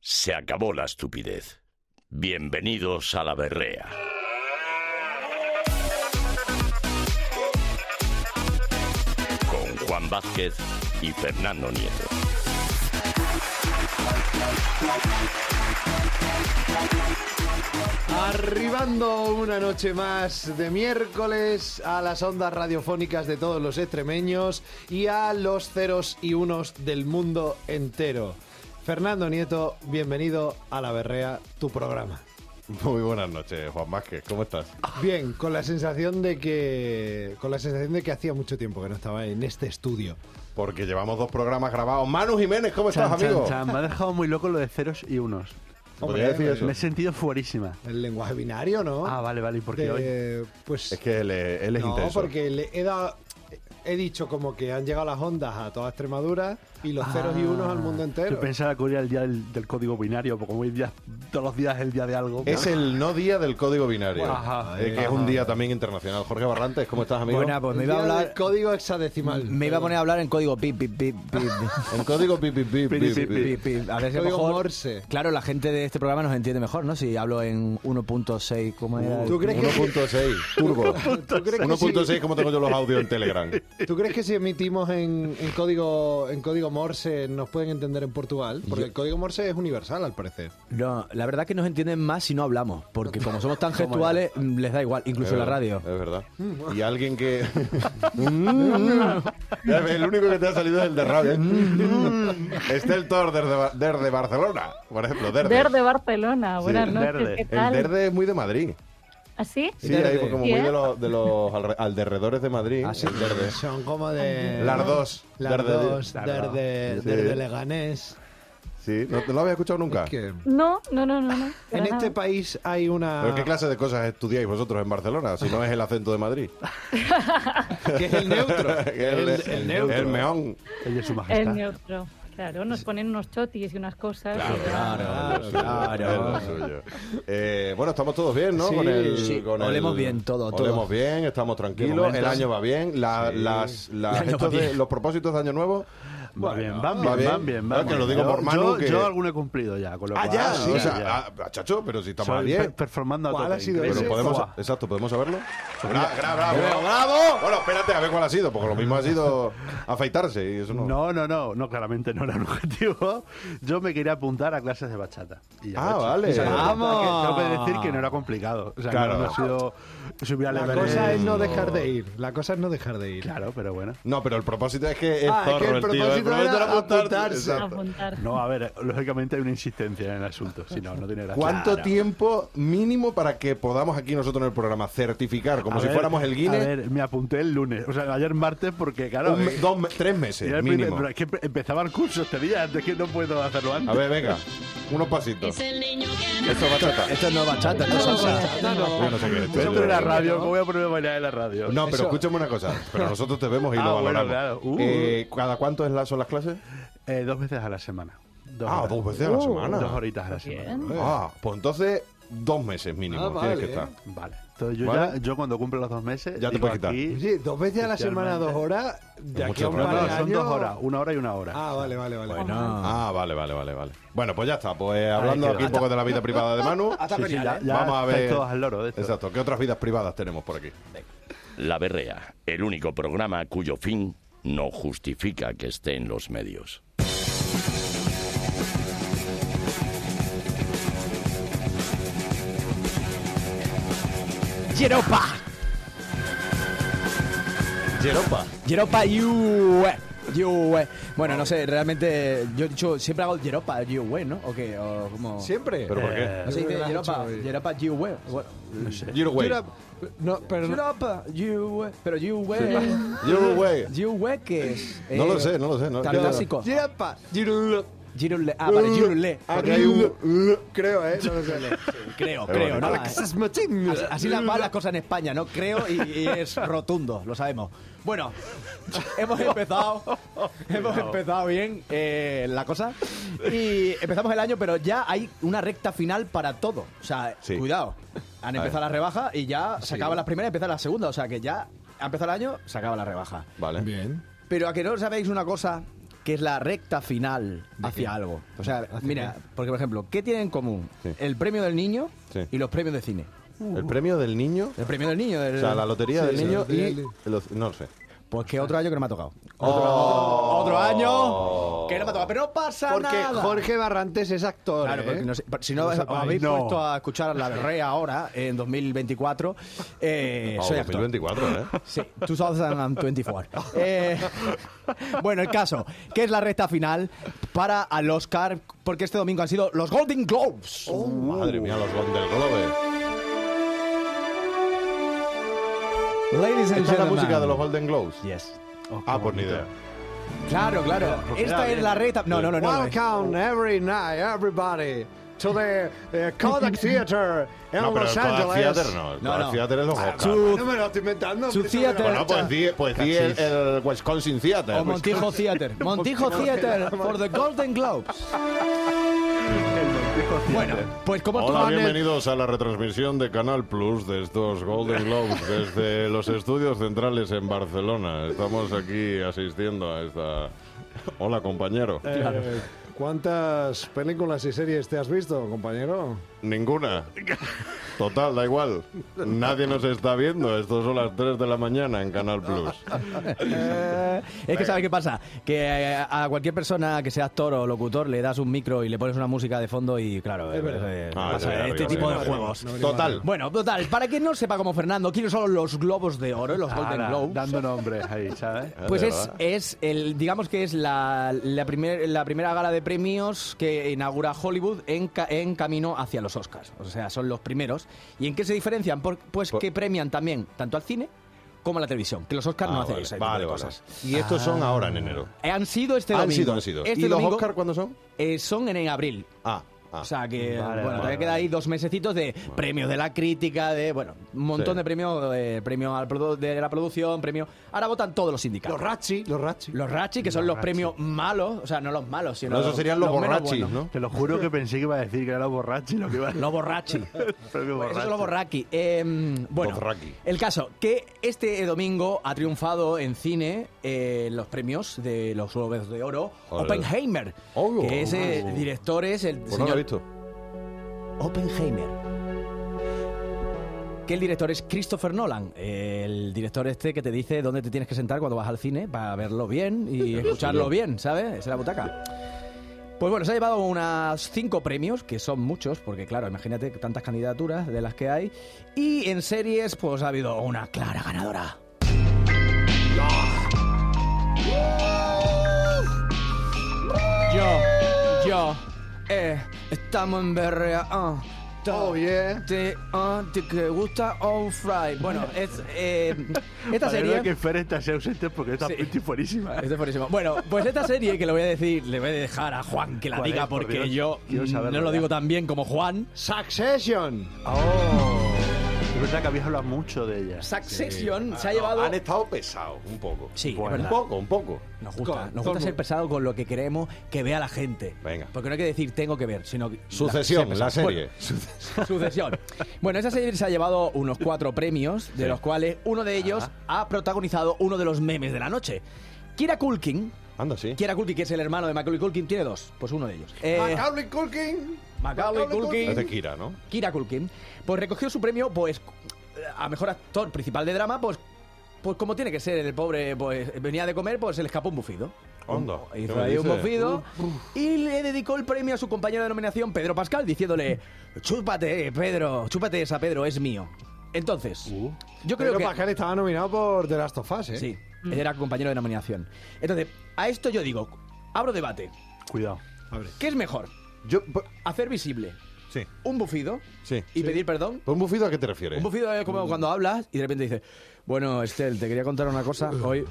Se acabó la estupidez. Bienvenidos a la berrea. Con Juan Vázquez y Fernando Nieto. Arribando una noche más de miércoles a las ondas radiofónicas de todos los extremeños y a los ceros y unos del mundo entero. Fernando Nieto, bienvenido a La Berrea, tu programa. Muy buenas noches, Juan Vázquez. ¿Cómo estás? Bien, con la sensación de que con la sensación de que hacía mucho tiempo que no estaba en este estudio. Porque llevamos dos programas grabados. Manu Jiménez, ¿cómo Chan, estás, chan, amigo? chan. Me ha dejado muy loco lo de ceros y unos. Podría Hombre, decir eh, eso. Me he sentido fuerísima. El lenguaje binario, ¿no? Ah, vale, vale. ¿Y por qué De- hoy? Pues Es que él, es- él es no, intenso. porque le he dado he dicho como que han llegado las ondas a toda Extremadura y los ceros y unos al mundo entero. Ah, Yo pensaba que hoy era el día del, del código binario, porque como hoy día, todos los días es el día de algo. Es el no día del código binario. Ajá. eh, que es un día también internacional. Jorge Barrantes, ¿cómo estás, amigo? Buena, pues me El iba a día del hablar. código hexadecimal. Me iba a poner a hablar en código pip, pip, pip, pip. En código pi, pi, pi, pi, Pi, pi, pi, pi. pi. pip, pip. A ver si a lo Código mejor- Morse. Claro, la gente de este programa nos entiende mejor, ¿no? Si hablo en 1.6, ¿cómo era? ¿Tú crees que- 1.6, turbo. ¿Tú crees que 1.6, como tengo yo los audios en Telegram. ¿Tú crees que si emitimos en, en código en código Morse nos pueden entender en Portugal? Porque el código Morse es universal al parecer. No, la verdad que nos entienden más si no hablamos, porque como somos tan gestuales, mm, les da igual, incluso Es la Eh, verdad, radio. Es verdad. Y alguien que. el único que te ha salido es el de radio. Está el Thor desde, Ba- desde Barcelona, por ejemplo. Derde. Verde Barcelona, buenas Sí, noches, Verde. ¿qué El tal? Derde es muy de Madrid. ¿Así? Sí, ahí Derde. como ¿Sí, muy eh? de los, de los alre- alrededores de Madrid. Ah, sí. el Derde. Son como de Las dos. las Derde. dos, Las desde dos. Sí. Ah. desde Leganés. Sí, no te lo había escuchado nunca. Es que No, no, no, no. no, para en este nada. país hay una ¿Pero qué clase de cosas estudiáis vosotros en Barcelona si no es el acento de Madrid? que es el neutro. el, el, el neutro. el meón. Ella es su El majestad. neutro. Claro, nos ponen unos chotis y unas cosas. y- Claro, Es lo suyo. Eh, bueno, estamos todos bien, ¿no? Sí, sí. con Olemos bien, todo, Olemos todo. bien, estamos tranquilos, De momento. el año va bien, la- las, las- El año esto va de- bien. los propósitos de año nuevo. Va bien, van va bien, bien. van bien. Ah, Van que bien. lo digo Yo- por Manu, Yo, que- yo alguno he cumplido ya. Con lo Ah, cual- ya, sí, o sea, ya. ah, ah, chacho, pero si estamos a Soy 10. per- performando a ¿Cuál tope, ha sido increíble. Pero ese? podemos, Buah. exacto, podemos saberlo. Bra- bra- bravo, bravo. Bueno, espérate a ver cuál ha sido, porque lo mismo ha sido afeitarse y eso no. No, no, no, no, claramente no era un objetivo. Yo me quería apuntar a clases de bachata. Y ya Ah, lo he hecho. vale. O sea, ¡Vamos! que Tengo que decir que no era complicado. O sea, Claro. no, no ha sido subir a la La Everest cosa es no o- dejar de ir. La cosa es no dejar de ir. Claro, pero bueno. No, pero el propósito es que es Ah, es que zorro el el, tío. propósito era apuntarse. exacto. Apuntar. No, a ver, lógicamente hay una insistencia en el asunto. Si no, no tiene gracia. ¿Cuánto pues, Claro. tiempo mínimo para que podamos aquí nosotros en el programa certificar, como A si ver, fuéramos el A Guinness, ver, me apunté el lunes. O sea, ayer martes, porque claro. un me- eh, dos me- tres era meses el primer- mínimo? pero es que empe- empezaban cursos este día, es que no puedo hacerlo antes. A ver, venga, unos pasitos. Eso bachata. Esto no es bachata, esto es salsa. No, no. Yo no sé qué es esto, Dentro yo- de la radio, ¿cómo voy a ponerme a bailar en la radio? No, pero Eso- escúchame una cosa. Pero nosotros te vemos y Ah, lo bueno, valoramos. claro. Uh. Eh, ¿Cada cuánto es la- son las clases? Eh, dos veces a la semana. Dos Ah, horas. dos veces a la semana. Dos horitas a la semana. Ah, pues entonces dos meses mínimo Eh. Ah, tienes vale. que estar. Vale. Entonces yo, ¿Vale? ya- yo cuando cumplo los dos meses. Ya te digo puedes quitar. aquí- Oye, dos veces a la semana, dos horas, de aquí a un mucho No, par no, de son años- dos horas. Una hora y una hora. Ah, vale, vale, vale. Ah, vale, vale, vale, vale. Bueno, pues ya está. Pues hablando que- aquí un poco de la vida privada de Manu. Sí, sí, ¿eh? ya, ya Vamos a estáis ver. todos al loro de esto. Exacto. ¿Qué otras vidas privadas tenemos por aquí? La berrea, el único programa cuyo fin no justifica que esté en los medios. Yeropa, Yeropa. Yeropa, yue, yue. Bueno, no sé, realmente yo he dicho, siempre hago Yeropa, yue, ¿no? ¿O qué? ¿O como... Siempre. ¿Pero por Eh, qué? ¿No se dice Lo has Yeropa, hecho hoy. Yeropa, yue? Bueno, no sé. Yeropa. Yura- No, pero no- Yeropa, yue, pero eh, yue... Yeropa. ¿Yue qué eh, es? eh, No lo sé, no lo sé, no- Tan yo- básico. Yurapa, yurulu. Girule. Ah, vale, Girule. Porque hay un- Creo, ¿eh? No lo sé. Pero Creo, creo, bueno. ¿no? Ese Así, es machín. así las van las cosas en España, ¿no? Creo y, y es rotundo, lo sabemos. Bueno, hemos empezado, hemos empezado bien eh, la cosa y empezamos el año, pero ya hay una recta final para todo. O sea, Sí. cuidado, han A empezado ver. las rebajas y ya se acaba la primera y empieza la segunda. O sea, que ya ha empezado el año, se acaba la rebaja. Vale. Bien. Pero a que no sabéis una cosa que es la recta final hacia algo. O sea, mira, porque por ejemplo, ¿qué tienen en común Sí. el premio del niño Sí. y los premios de cine? El premio del niño. El premio del niño, O del- sea, la lotería Sí, del sí. niño sí, y. sí. los- no sé. Pues que otro año que no me ha tocado. Otro, otro año que no me ha tocado. Pero no pasa Porque nada. Jorge Barrantes es actor. Claro, ¿eh? porque no sé- pero si no Que os lo sepáis. habéis No. puesto a escuchar la berrea ahora, en 2024, eh, Vamos, soy actor. 2024, ¿eh? Sí, 2024. Eh, bueno, el caso, que es la recta final para al Oscar, porque este domingo han sido los Golden Globes. Oh. Madre mía, los Golden Globes. Ladies Esta and es la gentlemen. música de los Golden Globes. Yes. Oh, Ah, pues ni idea. Claro, claro. Esta es la recta. No, no, no, no. eh. Welcome every night, everybody, to the eh, Kodak Theater en No, pero Los el Kodak Ángeles. Theater no. El No, Kodak no. Theater es los Ah, Oscars. su- No me lo estoy inventando. Su hombre, eso me lo- theater. Bueno, pues di, pues di el, el Wisconsin Theater. O Montijo Theater. Montijo Theater for the Golden Globes. Bueno, pues como tú Hola, Anel, bienvenidos a la retransmisión de Canal Plus de estos Golden Globes desde los estudios centrales en Barcelona. Estamos aquí asistiendo a esta... Hola, compañero. Eh, ¿Cuántas películas y series te has visto, compañero? Ninguna. Total, da igual. Nadie nos está viendo. Estos son las 3 de la mañana en Canal Plus. Eh, es que sabes qué pasa, que eh, a cualquier persona que sea actor o locutor le das un micro y le pones una música de fondo y claro, eh, verdad. eh, Ah, pasa ya, ya, este ya, tipo ya, de ya. juegos. Total. Bueno, total, para quien no sepa como Fernando, quiénes son los globos de oro, Ah, los Golden Ahora, Globes. Dando nombres ahí, ¿sabes? Pues de es, verdad. es el, digamos que es la, la, primer- la primera gala de premios que inaugura Hollywood en, ca- en camino hacia los Oscars. O sea, son los primeros. ¿Y en qué se diferencian? Por- pues que premian también tanto al cine como a la televisión. Que los Oscars no Ah, hacen vale, ese tipo vale, de vale. cosas. Y estos son ahora en enero. Eh, Han sido este Han domingo. sido, han sido. Este ¿Y los domingo, Oscar cuándo son? eh, son en, en abril. Ah, ah. O sea que, Vale, bueno, vale, todavía vale. queda ahí dos mesecitos de premios de la crítica, de, bueno, un montón Sí. de premios, eh, premio al produ- de la producción, premio... Ahora votan todos los sindicatos. Los Ratchi, los Ratchi. Los Rachi, que son los premios malos, o sea, no los malos, sino No, esos serían los menos borrachis, buenos. ¿no? Te lo juro que pensé que iba a decir que era los borrachos y lo que iba a decir. Los borrachi. Premio Pues Esos son los borracho. borraqui. Eh, bueno, Borraqui. el caso, que este domingo ha triunfado en cine eh, los premios de los Globos de Oro Ole. Oppenheimer, Oh, que es eh, oh. director, es el Pues no lo he señor visto. Oppenheimer. Que el director es Christopher Nolan, el director este que te dice dónde te tienes que sentar cuando vas al cine para verlo bien y escucharlo bien, ¿sabes? Esa es la butaca. Pues bueno, se ha llevado unos cinco premios, que son muchos, porque claro, imagínate tantas candidaturas de las que hay. Y en series, pues ha habido una clara ganadora. Yo, yo, eh, estamos en berrea. ah. Oh, yeah. Te, ah, te que gusta All Fry. Bueno, es, eh, esta Vale, serie. no que Fer está sea ausente porque esta Sí. peli es buenísima. ¿eh? Esto es buenísimo. Bueno, pues esta serie que le voy a decir, le voy a dejar a Juan que la ¿Cuál diga es? Por porque Dios, yo quiero mm, saberlo no lo ya. digo tan bien como Juan. Succession. Oh. Es verdad que habéis hablado mucho de ella. Succession se ha llevado. Han estado pesados, un poco. Sí, Bueno. es Un verdad. poco, un poco. Nos gusta, Con- nos gusta con- ser pesado con lo que queremos que vea la gente. Venga. Porque no hay que decir tengo que ver, sino que- Sucesión, ser la pesado. serie. Bueno, sucesión. Bueno, esa serie se ha llevado unos cuatro premios, de Sí. los cuales uno de ellos ha protagonizado uno de los memes de la noche. Kira Culkin, Anda, sí. Kira Culkin que es el hermano de Macaulay Culkin, tiene dos, pues uno de ellos. Eh, Macaulay Culkin. Macaulay Culkin. Es de Kira, ¿no? Kira Culkin, pues recogió su premio, pues, a mejor actor principal de drama, pues, pues como tiene que ser el pobre, pues venía de comer, pues se le escapó un bufido. Onda. Un- Hizo ¿Qué me ahí un dices? bufido y le dedicó el premio a su compañero de nominación, Pedro Pascal, diciéndole, chúpate, Pedro, chúpate esa, Pedro, es mío. Entonces, Uh. yo creo Pedro que... Pascal estaba nominado por The Last of Us, ¿eh? Sí, él era compañero de nominación. Entonces, a esto yo digo, abro debate, Cuidado. ¿qué es mejor? Yo, p- ¿Hacer visible sí, un bufido sí. y pedir perdón? ¿Pero un bufido a qué te refieres? Un bufido es como cuando hablas y de repente dices, bueno, Estel, te quería contar una cosa hoy.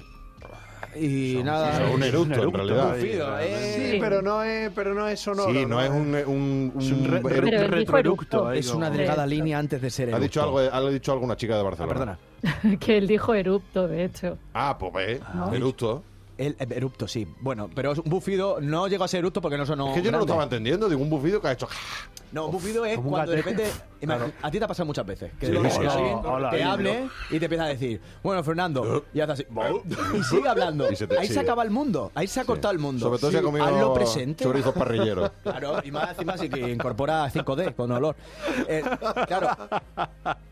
Y O sea, nada, un eructo, en eructo. realidad. Sí, bufido, eh. Sí, pero no es, pero no es sonoro. Sí, no es un... un, Es Mm, un re- un- re- Pero él dijo retroeructo. eructo. ahí Es como- una delgada línea antes de ser ha eructo. dicho algo, ha dicho alguna chica de Ah, Barcelona. perdona. que él dijo erupto, de hecho. Ah, pues ve, eructo. El el erupto, sí. Bueno, pero es un bufido no llegó a ser erupto porque no sonó. Es que yo no lo grande. estaba entendiendo. Digo, un bufido que ha hecho... No, bufido es como un cuando de gatete. repente. imagina- A ti te ha pasado muchas veces. Que Sí, te- sí, que sí. alguien Hola, te hola, hable y te empieza a decir, bueno, Fernando, y haces así. Y sigue hablando. ¿Eh? Y se te Ahí se sigue. acaba el mundo. Ahí se ha cortado el mundo. Sobre todo si ha comido Hazlo presente. chorizos parrilleros. Claro, y más encima sí que incorpora 5D con olor. Eh, claro.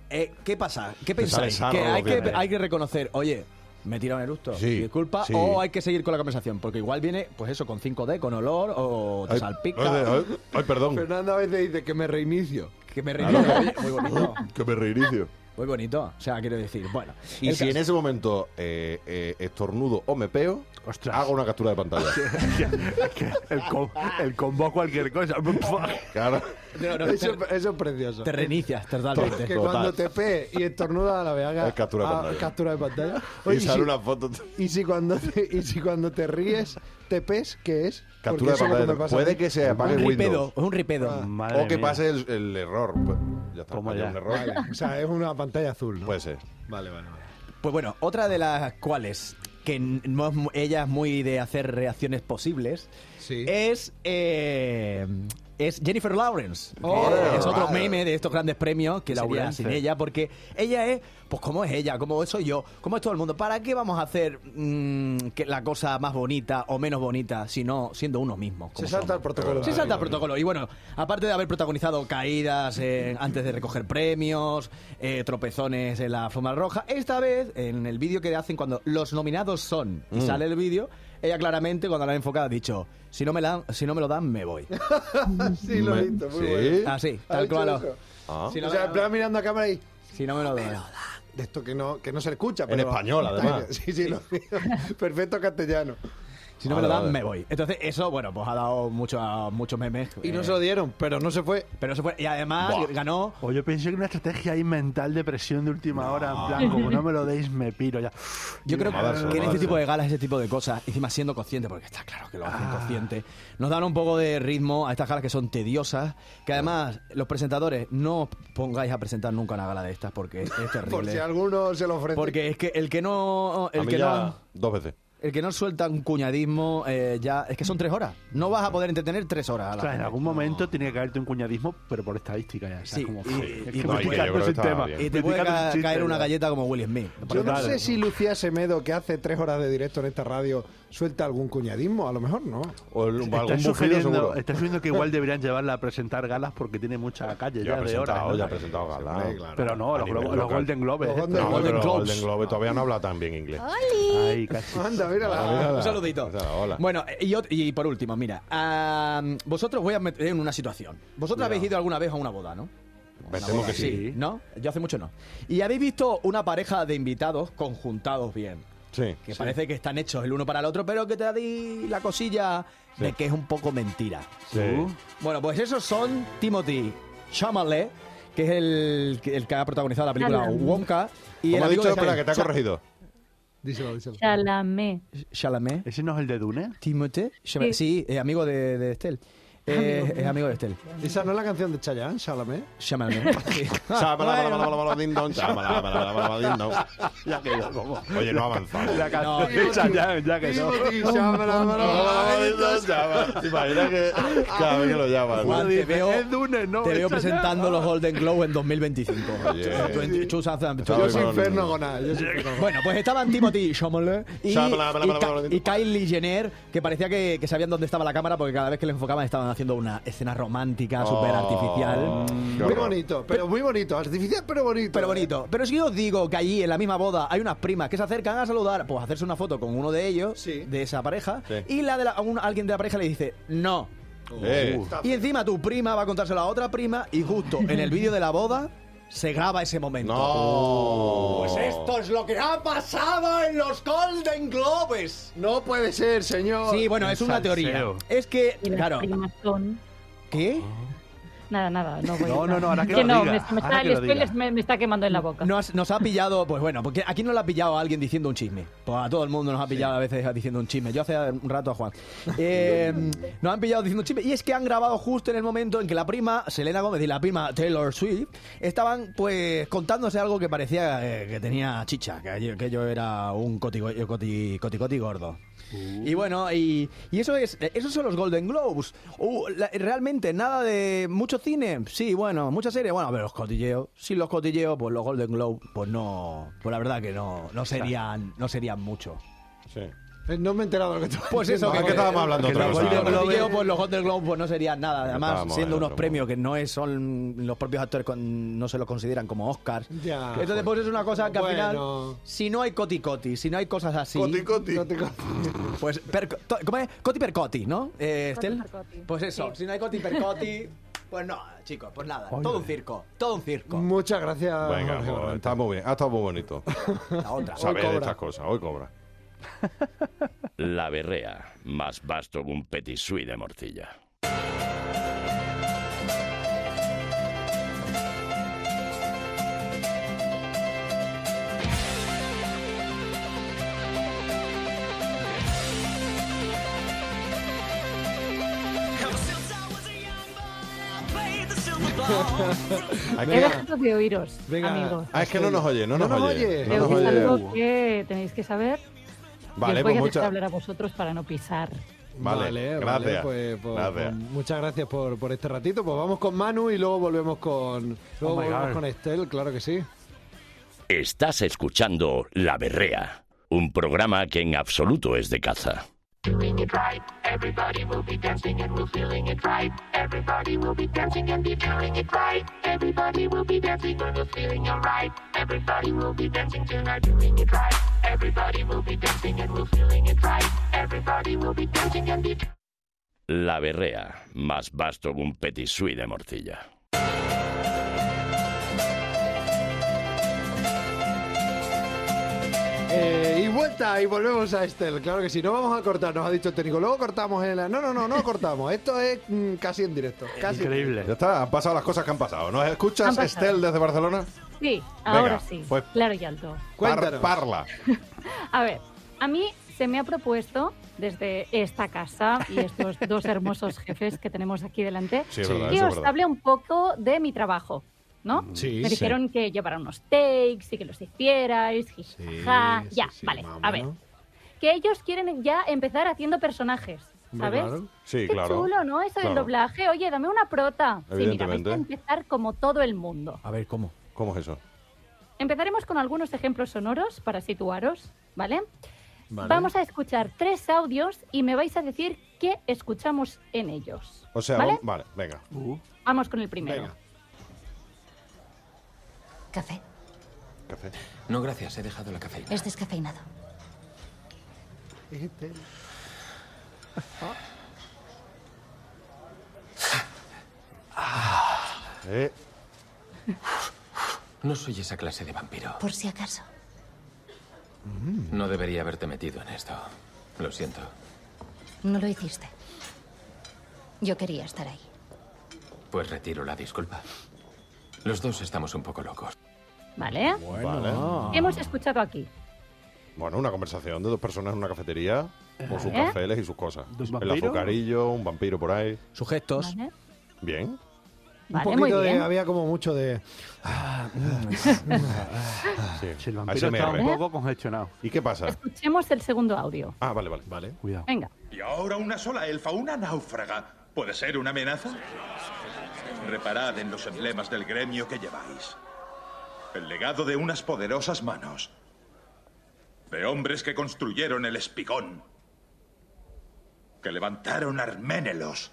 Eh, ¿Qué pasa? ¿Qué pensáis? sale Que sarro, hay, que viene. hay que reconocer, oye, me he tirado en el eructo, Sí, disculpa, sí. o hay que seguir con la conversación, porque igual viene, pues eso, con 5D, con olor, o te Ay, salpica. ay, ay, ay, perdón. Fernando a veces dice que me reinicio. Que me reí. Oye, Muy bonito, Que me reinicio. muy bonito. O sea, quiero decir, bueno. Y el si en caso- ese momento eh, eh, estornudo o me peo, Ostras. hago una captura de pantalla. el, com- el combo cualquier cosa. Claro. No, no, Eso, te, eso es precioso. te reinicias totalmente. que total. cuando te pe y estornuda a la vez haga Es captura de ah, pantalla. captura de pantalla. y Oye, sale si- una foto. y si cuando te, y si cuando te ríes te pes, ¿qué es? Porque Captura de eso es lo que me pantalla. pasa a Puede mí. que se apague un ripedo, Windows. Ah. es un ripedo. Madre o que mía. pase el, el error. Pues, Ya está, ¿Cómo hay ya? un error. O sea, es una pantalla azul, ¿no? Puede ser. Vale, vale, vale. Pues bueno, otra de las cuales, que n- no es mu- ella es muy de hacer reacciones posibles, Sí. es, eh, es Jennifer Lawrence. que Oh, es otro vale. meme de estos grandes premios que sería Lawrence. sin ella, porque ella es, pues cómo es ella, cómo soy yo, cómo es todo el mundo. ¿Para qué vamos a hacer mm, que la cosa más bonita o menos bonita, sino siendo uno mismo? Se como salta el somos? protocolo. Sí, salta el protocolo. Y bueno, aparte de haber protagonizado caídas eh, antes de recoger premios, eh, tropezones en la forma roja, esta vez en el vídeo que hacen cuando los nominados son y sale el vídeo, ella claramente cuando la han enfocado ha dicho, si no me, la, si no me lo dan, me voy. Ah, Sí, lo Me- he visto, muy ¿Sí? bueno. Así, ¿Ha tal dicho cual. eso? Ah. Si no o sea, me lo en dan, plan mirando a cámara y... si no me lo dan. De esto que no, que no se escucha. En pero- español, además. Sí, sí, lo- perfecto castellano. Si no me lo Vale, dan, vale. me voy. Entonces, eso, bueno, pues ha dado mucho a- muchos memes. Y no eh, se lo dieron, pero no se fue. pero eso fue, y además Buah. ganó O yo pensé que una estrategia ahí mental de presión de última hora, en plan, como no me lo deis, me piro ya. Yo creo Madarse, que en este madarse. tipo de galas, ese tipo de cosas, encima siendo consciente, porque está claro que lo hacen consciente, nos dan un poco de ritmo a estas galas que son tediosas, que además los presentadores no os pongáis a presentar nunca una gala de estas porque es Por si terrible. alguno se lo ofrece. Porque es que el que no A el mí que ya no dos veces. el que no suelta un cuñadismo eh, ya es que son tres horas. No vas a poder entretener tres horas. A la O sea, en gente. algún momento tiene que caerte un cuñadismo, pero por estadística ya. o sea, Sí, como, y- joder, y- es que y- no, y que yo criticarlo creo que es el estaba tema. bien. y te puede Criticarlo es un ca- chiste, caer una ya. galleta como Will Smith. Yo no Claro. sé si Lucía Semedo, que hace tres horas de directo en esta radio, suelta algún cuñadismo. A lo mejor no. O el- algún Estás bufido seguro. sugiriendo, estás sugiriendo que igual deberían llevarla a presentar galas porque tiene mucha calle Ya ya, ha de horas. presentado, ¿no? ya ha presentado gala. Hombre, claro. Pero no, A los, nivel los local. Golden Globes. Los estos. Golden No, Globes. pero Globes. Golden Globe todavía no habla tan bien inglés. Ay, casi. Anda, mírala. Hola. Un saludito. Hola, hola. Bueno, y, ot- y por último, mira, ah, vosotros voy a meter en una situación. Vosotros habéis ido alguna vez a una boda, ¿no? Me Una temo boda, que sí. sí. ¿No? Yo hace mucho no. Y habéis visto una pareja de invitados conjuntados bien. Sí. Que parece que están hechos el uno para el otro, pero que te di la cosilla de que es un poco mentira. Sí. Bueno, pues esos son Timothy Chalamet, que es el, el que ha protagonizado la película Chalamet. Wonka. Y el ¿Cómo ha amigo dicho? de este. Espera, que te ha Cha- corregido. Díselo, díselo. Chalamet. Chalamet. ¿Ese no es el de Dune? Timote, sí, sí eh, amigo de, de Estel. Eh, es amigo de Estel. Esa no es la canción de Chayanne, Chalamet. Llámame. Sí. Ah, Ya que yo, como. Oye, no ha avanzado. La No. canción de Chayanne, ya que no. Timothy, Chalamet. Imagina que cada vez que lo llaman. Juan, te veo, es Dune, no, te es veo Chayanne. presentando los Golden Globe en 2025. Oye. Tú en- tú sabes- tú- Yo Estaba soy con- Inferno Gonal. Yo soy Inferno Bueno, pues estaban Timothy Chalamet y, y, Shyamalan, Shyamalan, Ka- Shyamalan. y Kylie Jenner, que parecía que, que sabían dónde estaba la cámara porque cada vez que le enfocaban estaban haciendo una escena romántica Oh. súper artificial. Gonal. Muy bonito, pero muy bonito. Artificial, pero bonito. Pero bonito. Pero si yo os digo que allí en la misma boda hay unas primas que se acercan a saludar, pues hacerse una foto con uno de ellos, Sí. de esa pareja, Sí. y la de la- un- alguien de la pareja le dice, no. Eh, Y encima tu prima va a contárselo a otra prima y justo en el vídeo de la boda se graba ese momento. No. Pues esto es lo que ha pasado en los Golden Globes. No puede ser, señor. Sí, bueno, qué es una teoría. salseo. Es que, Y las claro, primas son- ¿qué? Nada, nada, no voy a- No, no, no, ahora que Que lo no, diga, me, me está, ahora que el lo diga. spoiler me, me está quemando en la boca. Nos, nos ha pillado, pues bueno, porque aquí no lo ha pillado a alguien diciendo un chisme. Pues a todo el mundo nos ha pillado a veces diciendo un chisme. Yo hace un rato a Juan. Eh, nos han pillado diciendo un chisme. Y es que han grabado justo en el momento en que la prima, Selena Gómez y la prima Taylor Swift, estaban pues contándose algo que parecía eh, que tenía chicha, que, yo- que yo era un coti, coti, coti, coti gordo. Y bueno, y, y eso es, esos son los Golden Globes. Uh, la- realmente, nada de mucho cine. Sí, bueno, mucha serie. Bueno, a ver, los cotilleos. Sin los cotilleos, pues los Golden Globes, pues no. Pues la verdad que no, no serían, no serían mucho. Sí. Eh, No me he enterado de lo que tú Pues eso, ¿A que- qué estábamos hablando que otra los vez? Golden Ah, Globes- pues los Golden Globes pues no serían nada. Además, Estábamos en siendo otro unos premios mundo. que no es, son los propios actores con, no se los consideran como Oscars. Ya. Entonces, pues es una cosa que al Bueno. final, si no hay coticoti, si no hay cosas así, Coti. No te co- pues per- to- ¿cómo es? Coti per coti, ¿no? Eh, Coti Estel? per coti. Pues eso, Sí. si no hay coti per coti, pues no, chicos, pues nada, todo un circo, todo un circo. Muchas gracias. Venga, pues, Jorge joder, Morante. Ah, está muy bien. Ha estado muy bonito. La otra. Saber cobra. estas cosas. Hoy cobra. La berrea, más vasto que un petit suite de morcilla. Hay He que- dejado de oíros, Venga. amigos. Ah, es que no nos oye, no, No nos, nos oye. oye. No Creo nos que es oye. algo que tenéis que saber. y Vale, os voy pues a dejar muchas. hablar a vosotros para no pisar. Vale, gracias. pues, pues, gracias. pues, muchas gracias por, por este ratito. Pues vamos con Manu y luego volvemos con luego Oh my volvemos God. con Estel, claro que sí. Estás escuchando La Berrea, un programa que en absoluto es de caza. La berrea, más vasto que un petit suite de morcilla. Eh, y vuelta y volvemos a Estel, claro que sí. No vamos a cortar, nos ha dicho el técnico. Luego cortamos en la. No, no, no, no cortamos. Esto es mm, casi en directo. Casi. Increíble. Ya está, han pasado las cosas que han pasado. ¿Nos Han escuchas, pasado. Estel, desde Barcelona? Sí, ahora Venga, sí. pues- Claro y alto. Cuéntanos. Par- parla. A ver, a mí se me ha propuesto desde esta casa y estos dos hermosos jefes que tenemos aquí delante Sí, es verdad, que eso es os verdad. hable un poco de mi trabajo, ¿no? Mm, Sí, me sí. dijeron que llevara unos takes y que los hicierais, Sí, jijaja, sí, ya, sí, vale, más o a ver. menos. Que ellos quieren ya empezar haciendo personajes, Hombre, ¿sabes? claro. Sí, Qué claro. chulo, este ¿no? Eso del Claro. doblaje. Oye, dame una prota. Sí, mira, vais Evidentemente. a empezar como todo el mundo. A ver, ¿cómo? ¿Cómo es eso? Empezaremos con algunos ejemplos sonoros para situaros, ¿vale? Vamos a escuchar tres audios y me vais a decir qué escuchamos en ellos. O sea, ¿vale? un- vale, venga. Vamos con el primero. Venga. Café. Café. No, gracias, he dejado la cafeína. Es descafeinado. Eh, No soy esa clase de vampiro. Por si acaso. No debería haberte metido en esto. Lo siento. No lo hiciste. Yo quería estar ahí. Pues retiro la disculpa. Los dos estamos un poco locos. ¿Vale? vale. ¿Qué hemos escuchado aquí? Bueno, una conversación de dos personas en una cafetería con sus ¿Eh? cafés y sus cosas. ¿De un El vampiro? azucarillo, un vampiro por ahí. Sus gestos. ¿Vale? Bien. Un Vale, muy poquito de. bien. Había como mucho de. Sí. Ah, Si el vampiro está ASMR. un poco congestionado. ¿Eh? ¿Y qué pasa? Escuchemos el segundo audio. Ah, vale, vale. Vale. Cuidado. Venga. Y ahora una sola elfa, una náufraga. ¿Puede ser una amenaza? Reparad en los emblemas del gremio que lleváis. El legado de unas poderosas manos. De hombres que construyeron el espigón. Que levantaron Arménelos.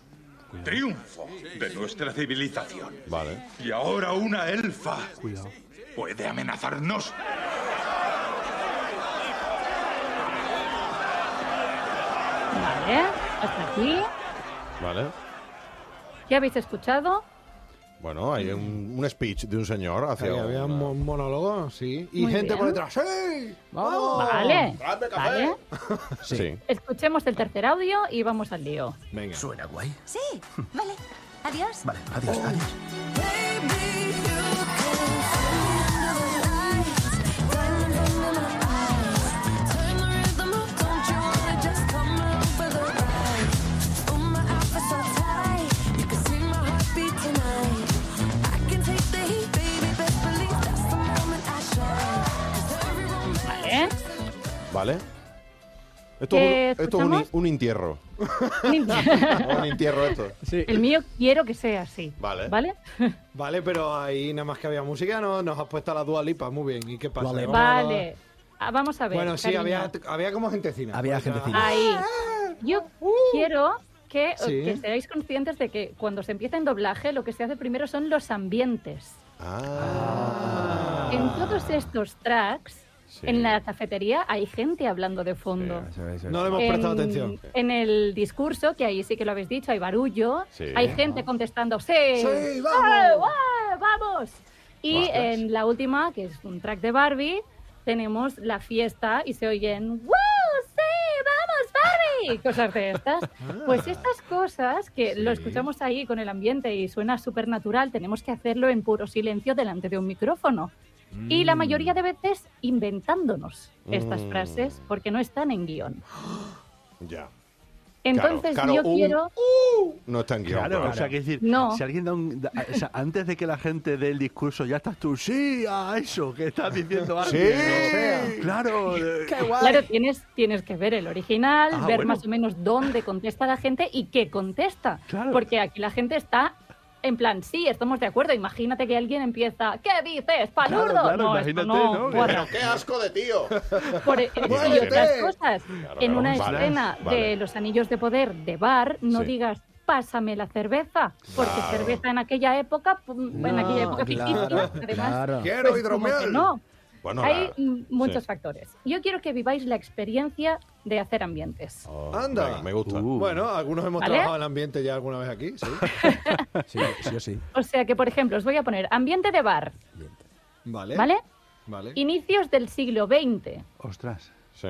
Triunfo de nuestra civilización. Vale. Y ahora una elfa. Cuidado. Puede amenazarnos. Vale. Hasta aquí. Vale. ¿Qué habéis escuchado? Bueno, hay un, un speech de un señor hacia. Había, había un una- mo- un monólogo, sí. Y Muy gente bien. por detrás. ¡Sí! ¡Vamos! Vale. Vale. Sí. Escuchemos el tercer audio y vamos al lío. Venga. ¿Suena guay? Sí, vale. Adiós. Vale, adiós, adiós. Vale. Vale. Esto es, un, Eh, esto es un ¿escuchamos? in- un entierro. un entierro esto. El mío quiero que sea así. Vale. ¿Vale? Vale, pero ahí nada más que había música, ¿no? Nos has puesto a la Dua Lipa, muy bien. ¿Y qué pasa? Vale. Vamos a- Vale. Ah, Vamos a ver. Bueno, sí, cariño. había, había como gentecina. Había Pues, gentecina. Ahí. Yo quiero que, Sí. que seáis conscientes de que cuando se empieza en doblaje, lo que se hace primero son los ambientes. En todos estos tracks, en la cafetería hay gente hablando de fondo. ah, No le hemos prestado atención. en el discurso, que ahí sí que lo habéis dicho, hay barullo, Sí. hay gente contestando, ¡sí! ¡Sí, vamos! ¡Ah, ah, vamos! Y Ostras. en la última, que es un track de Barbie, tenemos la fiesta y se oyen ¡Wow! ¡Sí! ¡Vamos, Barbie! Cosas de estas. Ah. Pues estas cosas que lo escuchamos ahí con el ambiente y suena súper natural, tenemos que hacerlo en puro silencio delante de un micrófono. Y la mayoría de veces inventándonos estas Mm. frases porque no están en guión. Ya. Entonces claro, yo un- quiero... No está en guión. Claro, pero- o sea, que decir, No. si alguien da un. da- o sea, antes de que la gente dé el discurso, ya estás tú, sí, a eso que estás diciendo antes. Sí. ¿no? Claro, eh, Claro, tienes, tienes que ver el original, Ah, ver bueno. más o menos dónde contesta la gente y qué contesta. Claro. Porque aquí la gente está en plan, sí, estamos de acuerdo. Imagínate que alguien empieza, ¿qué dices, palurdo? Claro, claro, no, esto imagínate, no, ¿no? guarda. ¡Qué asco de tío! Por, entre Muévete. otras cosas, en claro, una vale, escena vale. de Los Anillos de Poder de bar, no Sí. digas, pásame la cerveza, porque cerveza en aquella época, pum, en aquella época ficticia, además, Quiero pues, como hidromiel. que no. Bueno, Hay la- mm, muchos sí. factores. Yo quiero que viváis la experiencia de hacer ambientes. Oh, Anda. venga, me gusta. Uh. Bueno, algunos hemos ¿Vale? trabajado el ambiente ya alguna vez aquí, sí. Sí, sí o sí. O sea que, por ejemplo, os voy a poner ambiente de bar, ¿Eh? Vale. ¿vale? Vale. Inicios del siglo XX, ostras. Sí.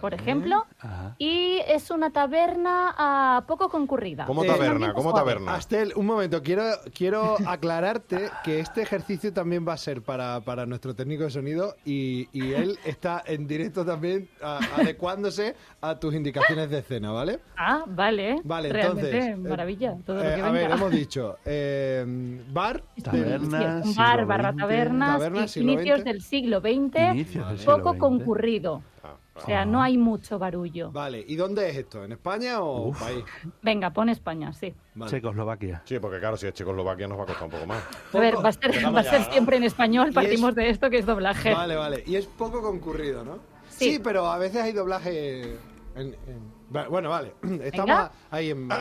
por ejemplo, Ajá. y es una taberna ah, poco concurrida. ¿Cómo Eh, taberna? ¿Cómo suave. taberna? Astel, un momento, quiero, quiero aclararte que este ejercicio también va a ser para, para nuestro técnico de sonido y, y él está en directo también a- adecuándose a tus indicaciones de escena, ¿vale? Ah, vale. Vale, Realmente, entonces, eh, maravilla. Todo lo Eh, que a ver, venga. hemos dicho, eh, bar, Sí, Taberna, un siglo bar, barra XX, tabernas, taberna, y- siglo inicios XX. del siglo XX, Inicios del siglo poco XX. concurrido. Ah, O sea, no hay mucho barullo. vale. ¿Y dónde es esto? ¿En España o país? Venga, pon España, sí. Vale. Checoslovaquia. Sí, porque claro, si es Checoslovaquia nos va a costar un poco más. A ver, va a ser, va a ser siempre en español, es- partimos de esto que es doblaje. Vale, vale. Y es poco concurrido, ¿no? Sí. pero a veces hay doblaje. en- en- Va- Bueno, vale. Estamos Venga. ahí en. ¿no?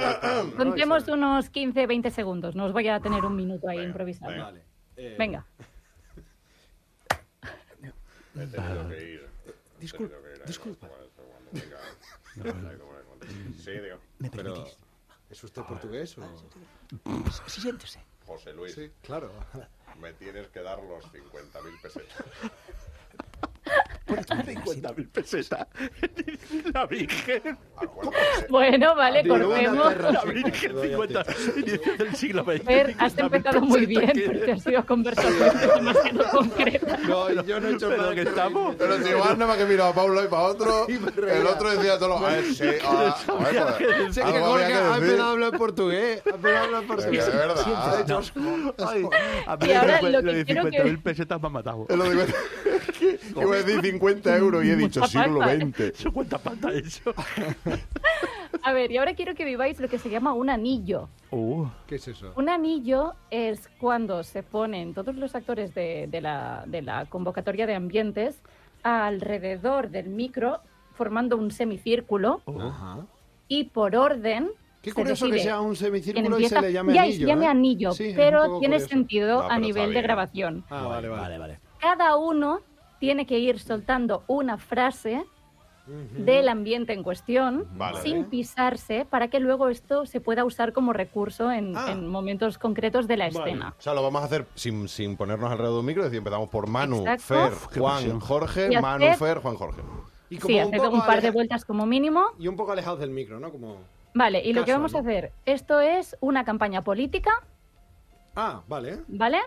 Contemos unos 15, 20 segundos, no os voy a tener un minuto ahí improvisando. Venga. Vale. Eh, Disculpa, disculpa. Sí, digo. Pero, ¿Es usted portugués o.? Siéntese. José Luis, Sí, claro. me tienes que dar los 50.000 pesetas. 50.000 pesetas. La Virgen. Bueno, vale, Digo, una cortemos. perra. La Virgen 50. Inicios del siglo XX. A ver, has 50.000 empezado muy bien, pesetas. porque has sido conversaciones demasiado concretas. No, yo no he hecho Pero nada que que- estamos. Pero si igual nada más que miraba para un lado y para otro, Y me el reía. otro decía todo lo... A ver, sí, ah, a ver, joder. Sé que Algo Jorge había que ha decir. empezado a hablar portugués. Ha empezado a hablar portugués. Venga, de verdad. Ay, a mí Y ahora lo, lo lo que de quiero 50.000 pesetas me ha matado. Es lo digo. Iba a decir 50 euros y he dicho Mucha siglo pasta, ¿eh? XX. ¿Eso cuánta panta eso? A ver, y ahora quiero que viváis lo que se llama un anillo. Uh, ¿Qué es eso? Un anillo es cuando se ponen todos los actores de, de la, de la convocatoria de ambientes alrededor del micro, formando un semicírculo, Ajá. y por orden. Qué se curioso que decide sea un quién semicírculo y empieza. se le llame Ya, anillo. se llame ¿eh? anillo, Sí, es un pero poco tiene curioso. sentido No, a pero nivel está de bien. grabación. Ah, vale, vale. Vale, vale. Cada uno tiene que ir soltando una frase del ambiente en cuestión Vale. sin pisarse para que luego esto se pueda usar como recurso en, Ah. en momentos concretos de la escena. O sea, lo vamos a hacer sin, sin ponernos alrededor de un micro. Es decir, empezamos por Manu, Exacto. Fer, qué Juan, pasión. Y Jorge, hacer- Manu, Fer, Juan, Jorge. Y Sí, hacer un, par de aleja- vueltas como mínimo. Y un poco alejados del micro, ¿no? Como... Vale, y lo que Caso, vamos ¿no? a hacer, esto es una campaña política, Ah, vale. ¿vale?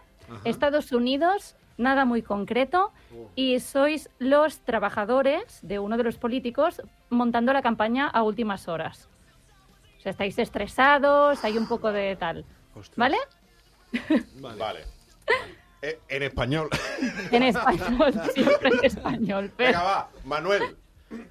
Estados Unidos, nada muy concreto, Oh. y sois los trabajadores de uno de los políticos montando la campaña a últimas horas. O sea, estáis estresados, hay un poco de tal. ¿Vale? Vale. Eh, en español. En español, siempre en español. Venga, Pero... va, Manuel.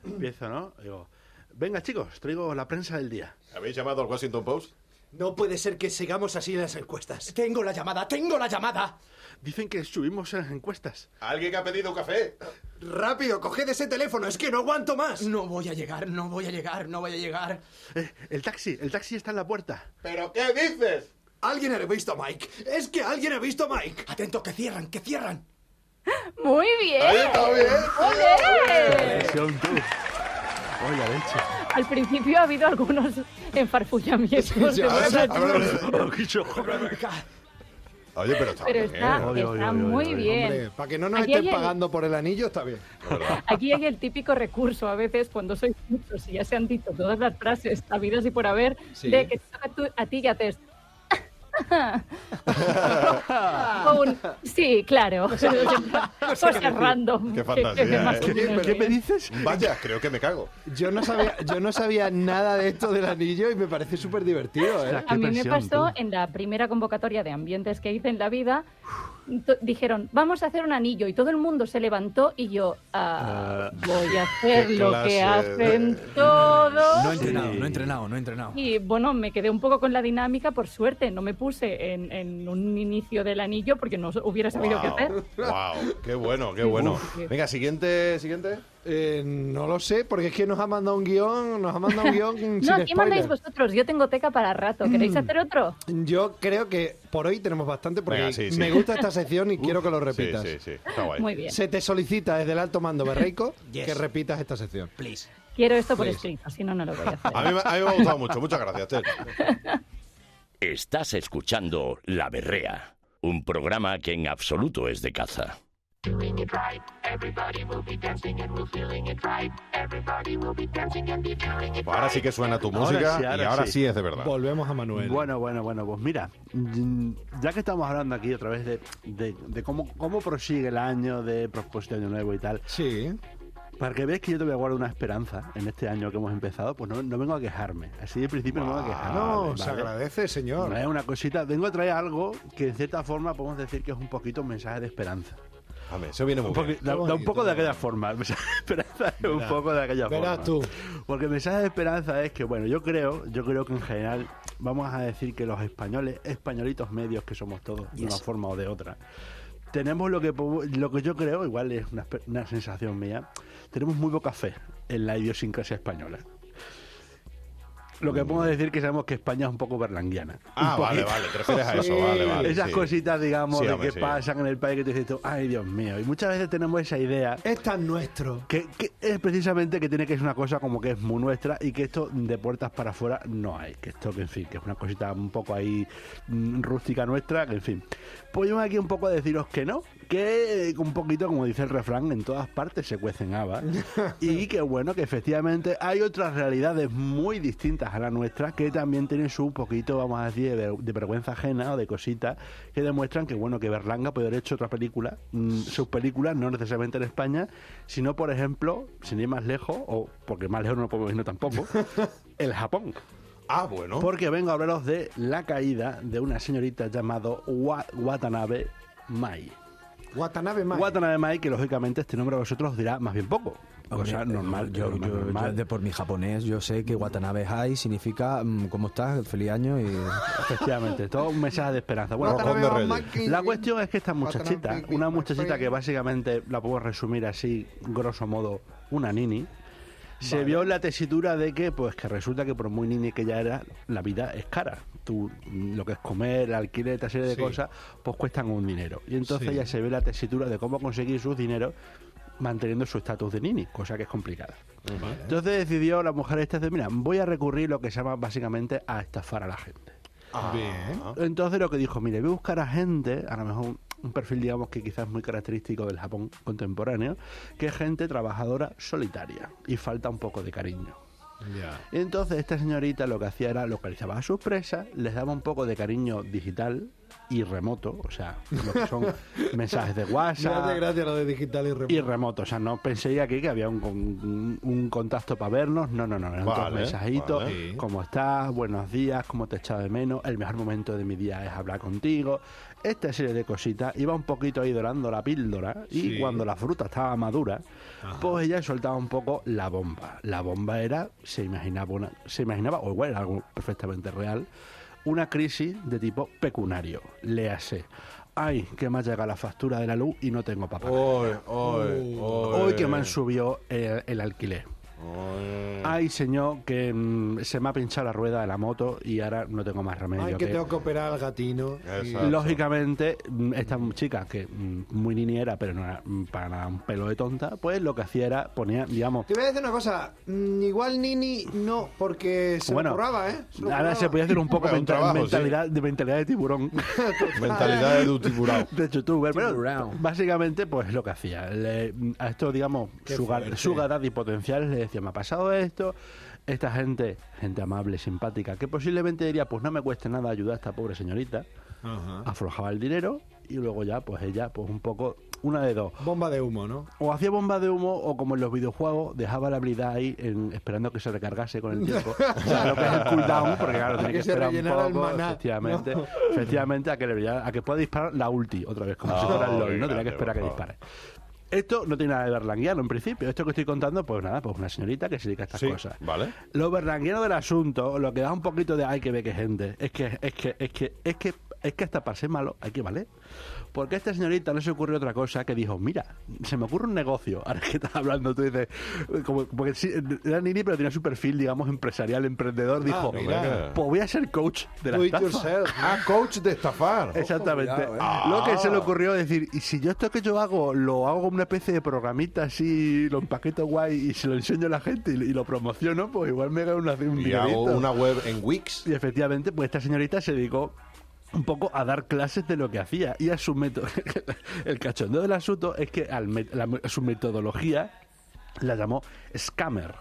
empiezo, ¿no? Digo, Venga, chicos, traigo la prensa del día. ¿Habéis llamado al Washington Post? No puede ser que sigamos así en las encuestas. Tengo la llamada, tengo la llamada. Dicen que subimos en las encuestas. ¿Alguien que ha pedido un café? Rápido, coged ese teléfono, es que no aguanto más. No voy a llegar, no voy a llegar, no voy a llegar. Eh, el taxi, el taxi está en la puerta. ¿Pero qué dices? Alguien ha visto a Mike. Es que alguien ha visto a Mike. Atento, que cierran, que cierran. Muy bien. Ahí está bien. ¡Ole! Presión, tú. Oye, la leche. Al principio ha habido algunos enfarfullamientos. de ver, buenas a ver, a ver. Oh, qué chojo. Oye, pero está Pero bien, ¿eh? está, Oye, oye, está oye, muy oye. bien. Hombre, para que no nos Aquí estén hay el- pagando por el anillo, está bien. Aquí hay el típico recurso a veces cuando sois muchos y ya se han dicho todas las frases habidas y por haber Sí. de que te toca tú- a ti ya te es- O un, sí, claro. Cosas random. Qué fantasía, que más ¿eh? o menos ¿Qué me bien. dices? Vaya, creo que me cago. Yo no sabía, yo no sabía nada de esto del anillo y me parece súper divertido, ¿eh? A Ah, Qué mí me presión, pasó tú. en la primera convocatoria de ambientes que hice en la vida. to- Dijeron, vamos a hacer un anillo. Y todo el mundo se levantó y yo, "Ah, voy a hacer qué lo clase que de- hacen todos. No he entrenado, no he entrenado, no he entrenado. Y bueno, me quedé un poco con la dinámica, por suerte, no me puse en, en un inicio del anillo porque no hubiera sabido qué hacer. wow, qué bueno, qué bueno. Venga, siguiente, siguiente. Eh, No lo sé, porque es que nos ha mandado un guión, nos ha mandado un guión sin No, ¿qué mandáis spoiler. vosotros? Yo tengo teca para rato. ¿Queréis hacer otro? Yo creo que por hoy tenemos bastante porque Venga, sí, sí. me gusta esta sección y quiero que lo Sí, repitas. sí, sí. Está guay. Muy bien. Se te solicita desde el alto mando berreico Yes. que repitas esta sección. Please. Quiero esto por Pues- escrito, si no, no lo voy a hacer. A mí, me- a mí me ha gustado mucho. Muchas gracias, Ted. Estás escuchando La Berrea, un programa que en absoluto es de caza. Pues Ahora sí que suena tu Ahora música sí, ahora y ahora sí. sí. es de verdad. Volvemos a Manuel. Bueno, bueno, bueno, pues mira, mm, ya que estamos hablando aquí otra vez de, de- de cómo, cómo prosigue el año, de propósito de año nuevo y tal, Sí. para que veas que yo te voy a guardar una esperanza en este año que hemos empezado, pues no, no vengo a quejarme. Así de principio no vengo a Ah, quejarme. no, ¿vale? se agradece, señor. No es una cosita, vengo a traer algo que en cierta forma podemos decir que es un poquito un mensaje de esperanza. A mí, eso viene muy Porque bien. da, da un poco de aquella forma. el mensaje de Esperanza es un poco de aquella verás forma. tú. Porque el mensaje de esperanza es que, bueno, yo creo, yo creo que en general vamos a decir que los españoles, españolitos medios que somos todos, de una forma o de otra, tenemos lo que po- lo que yo creo, igual es una, espe- una sensación mía, tenemos muy poca fe en la idiosincrasia española. Lo que podemos decir que sabemos que España es un poco berlanguiana. Ah, Un vale, poquito. vale. Te refieres a eso. Vale, vale. Esas sí. cositas, digamos, Sí, de hombre, que sí. pasan en el país que tú dices, tú, ay Dios mío. Y muchas veces tenemos esa idea Es tan nuestro. que, que es precisamente que tiene que ser una cosa como que es muy nuestra y que esto de puertas para afuera no hay. Que esto, que en fin, que es una cosita un poco ahí mm, rústica nuestra, que en fin. Pues yo vengo aquí un poco a deciros que no, que eh, un poquito, como dice el refrán, en todas partes se cuecen habas. y que bueno, que efectivamente hay otras realidades muy distintas a la nuestra que también tienen su poquito, vamos a decir, de, ver- de vergüenza ajena o de cositas que demuestran que bueno, que Berlanga puede haber hecho otra película, mm, sus películas, no necesariamente en España, sino por ejemplo, sin ir más lejos, o porque más lejos no lo podemos irnos tampoco, el Japón. Ah, bueno. Porque vengo a hablaros de la caída de una señorita llamada Wa- Watanabe Mai. Watanabe más. Watanabe Mai, que lógicamente este nombre a vosotros os dirá más bien poco. O Hombre, sea, normal. Yo, normal, yo- yo normal. de por mi japonés, yo sé que Watanabe High significa mm, ¿Cómo estás? Feliz año y... Efectivamente, todo un mensaje de esperanza. Bueno, Watanabe con- Reyes. la cuestión es que esta muchachita, Watanabe una Big muchachita Bang. que básicamente la puedo resumir así, grosso modo, una nini, se vio en la tesitura de que, pues que resulta que por muy nini que ya era, la vida es cara. Tú, mm, lo que es comer, el alquiler, esta serie de Sí. cosas, pues cuestan un dinero. Y entonces Sí. ya se ve la tesitura de cómo conseguir sus dineros manteniendo su estatus de nini, cosa que es complicada. Entonces decidió la mujer esta, de, mira, voy a recurrir lo que se llama básicamente a estafar a la gente. ah, Bien. Entonces lo que dijo, mire, voy a buscar a gente, a lo mejor un perfil, digamos, que quizás es muy característico del Japón contemporáneo, que es gente trabajadora solitaria y falta un poco de cariño. Ya. Entonces esta señorita lo que hacía era localizaba a sus presas, les daba un poco de cariño digital, y remoto, o sea, lo que son mensajes de Me hace WhatsApp gracia lo de digital y remoto. y remoto. O sea, no pensé aquí que había un, un- un contacto para vernos. No, no, no. Eran todos Vale, mensajitos. vale. ¿Cómo estás? Buenos días. ¿Cómo te he echado de menos? El mejor momento de mi día es hablar contigo. Esta serie de cositas iba un poquito ahí dorando la píldora y Sí. cuando la fruta estaba madura, pues ella soltaba un poco la bomba. La bomba era, se imaginaba, una, se imaginaba o igual era algo perfectamente real, una crisis de tipo pecunario. Léase. Ay, que me ha llegado la factura de la luz y no tengo papá. Hoy, hoy, Uh, hoy. Hoy que me han subido el, el alquiler. Ay, señor, que mm, se me ha pinchado la rueda de la moto y ahora no tengo más remedio. Ay, que que- tengo que operar al gatino. Exacto. Lógicamente, mm, esta chica, que mm, muy niñera, pero no era mm, para nada un pelo de tonta, pues lo que hacía era ponía, digamos, Te voy a decir una cosa. mm, Igual Nini no, porque se bueno, lo curraba, ¿eh? Se lo ahora se curraba. podía hacer un poco Hombre, un mental- trabajo, mentalidad, de mentalidad de tiburón. Mentalidad de Dutiburao. de youtuber, pero Tiburón. básicamente pues lo que hacía. Le- a esto, digamos, sugar, sugar daddy potenciales le decía, me ha pasado esto, esta gente, gente amable, simpática, que posiblemente diría, pues no me cueste nada ayudar a esta pobre señorita, aflojaba el dinero y luego ya, pues ella, pues un poco, una de dos. Bomba de humo, ¿no? O hacía bomba de humo o como en los videojuegos, dejaba la habilidad ahí en- esperando que se recargase con el tiempo. o sea, lo que es el cooldown, porque claro, tiene Que que, se esperar un rellenara el poco, maná, efectivamente, efectivamente a, que le, brillara- a que pueda disparar la ulti otra vez, como si Ah, fuera el qué LOL, ¿no? Tenía grande, que esperar a que por favor. dispare. Esto no tiene nada de berlanguiano en principio. Esto que estoy contando, pues nada, pues una señorita que se dedica a estas Sí, cosas. vale. Lo berlanguero del asunto, lo que da un poquito de ay que ve que gente, es que, es que, es que, es que, es que hasta pasé malo, hay que valer. Porque a esta señorita no se ocurrió otra cosa que dijo, mira, se me ocurre un negocio. Ahora que estás hablando, tú dices, como, porque sí, era Nini, pero tenía su perfil, digamos, empresarial, emprendedor, dijo, mira. pues voy a ser coach de la Do it estafa. yourself. Ah, coach de estafar. Exactamente. cuidado, ¿eh? Ah. Lo que se le ocurrió decir, y si yo esto que yo hago, lo hago como una especie de programita así, lo empaqueto guay y se lo enseño a la gente y, y lo promociono, pues igual me gano una, un Y hago dinerito". una web en Wix. Y efectivamente, pues esta señorita se dedicó un poco a dar clases de lo que hacía y a su método. El cachondeo del asunto es que al met- la me- su metodología la llamó scammer.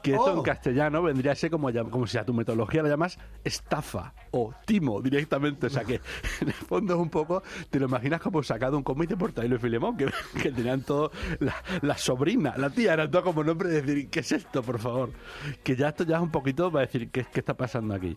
Que esto en castellano vendría a ser como, llam- como si a tu metodología la llamas estafa o timo directamente. O sea que en el fondo es un poco, te lo imaginas como sacado un cómic de Portadelo y Filemón, que, que tenían todo, la, la sobrina, la tía, eran todo como nombre de decir, ¿qué es esto, por favor? Que ya esto ya es un poquito para decir, ¿qué, qué está pasando aquí?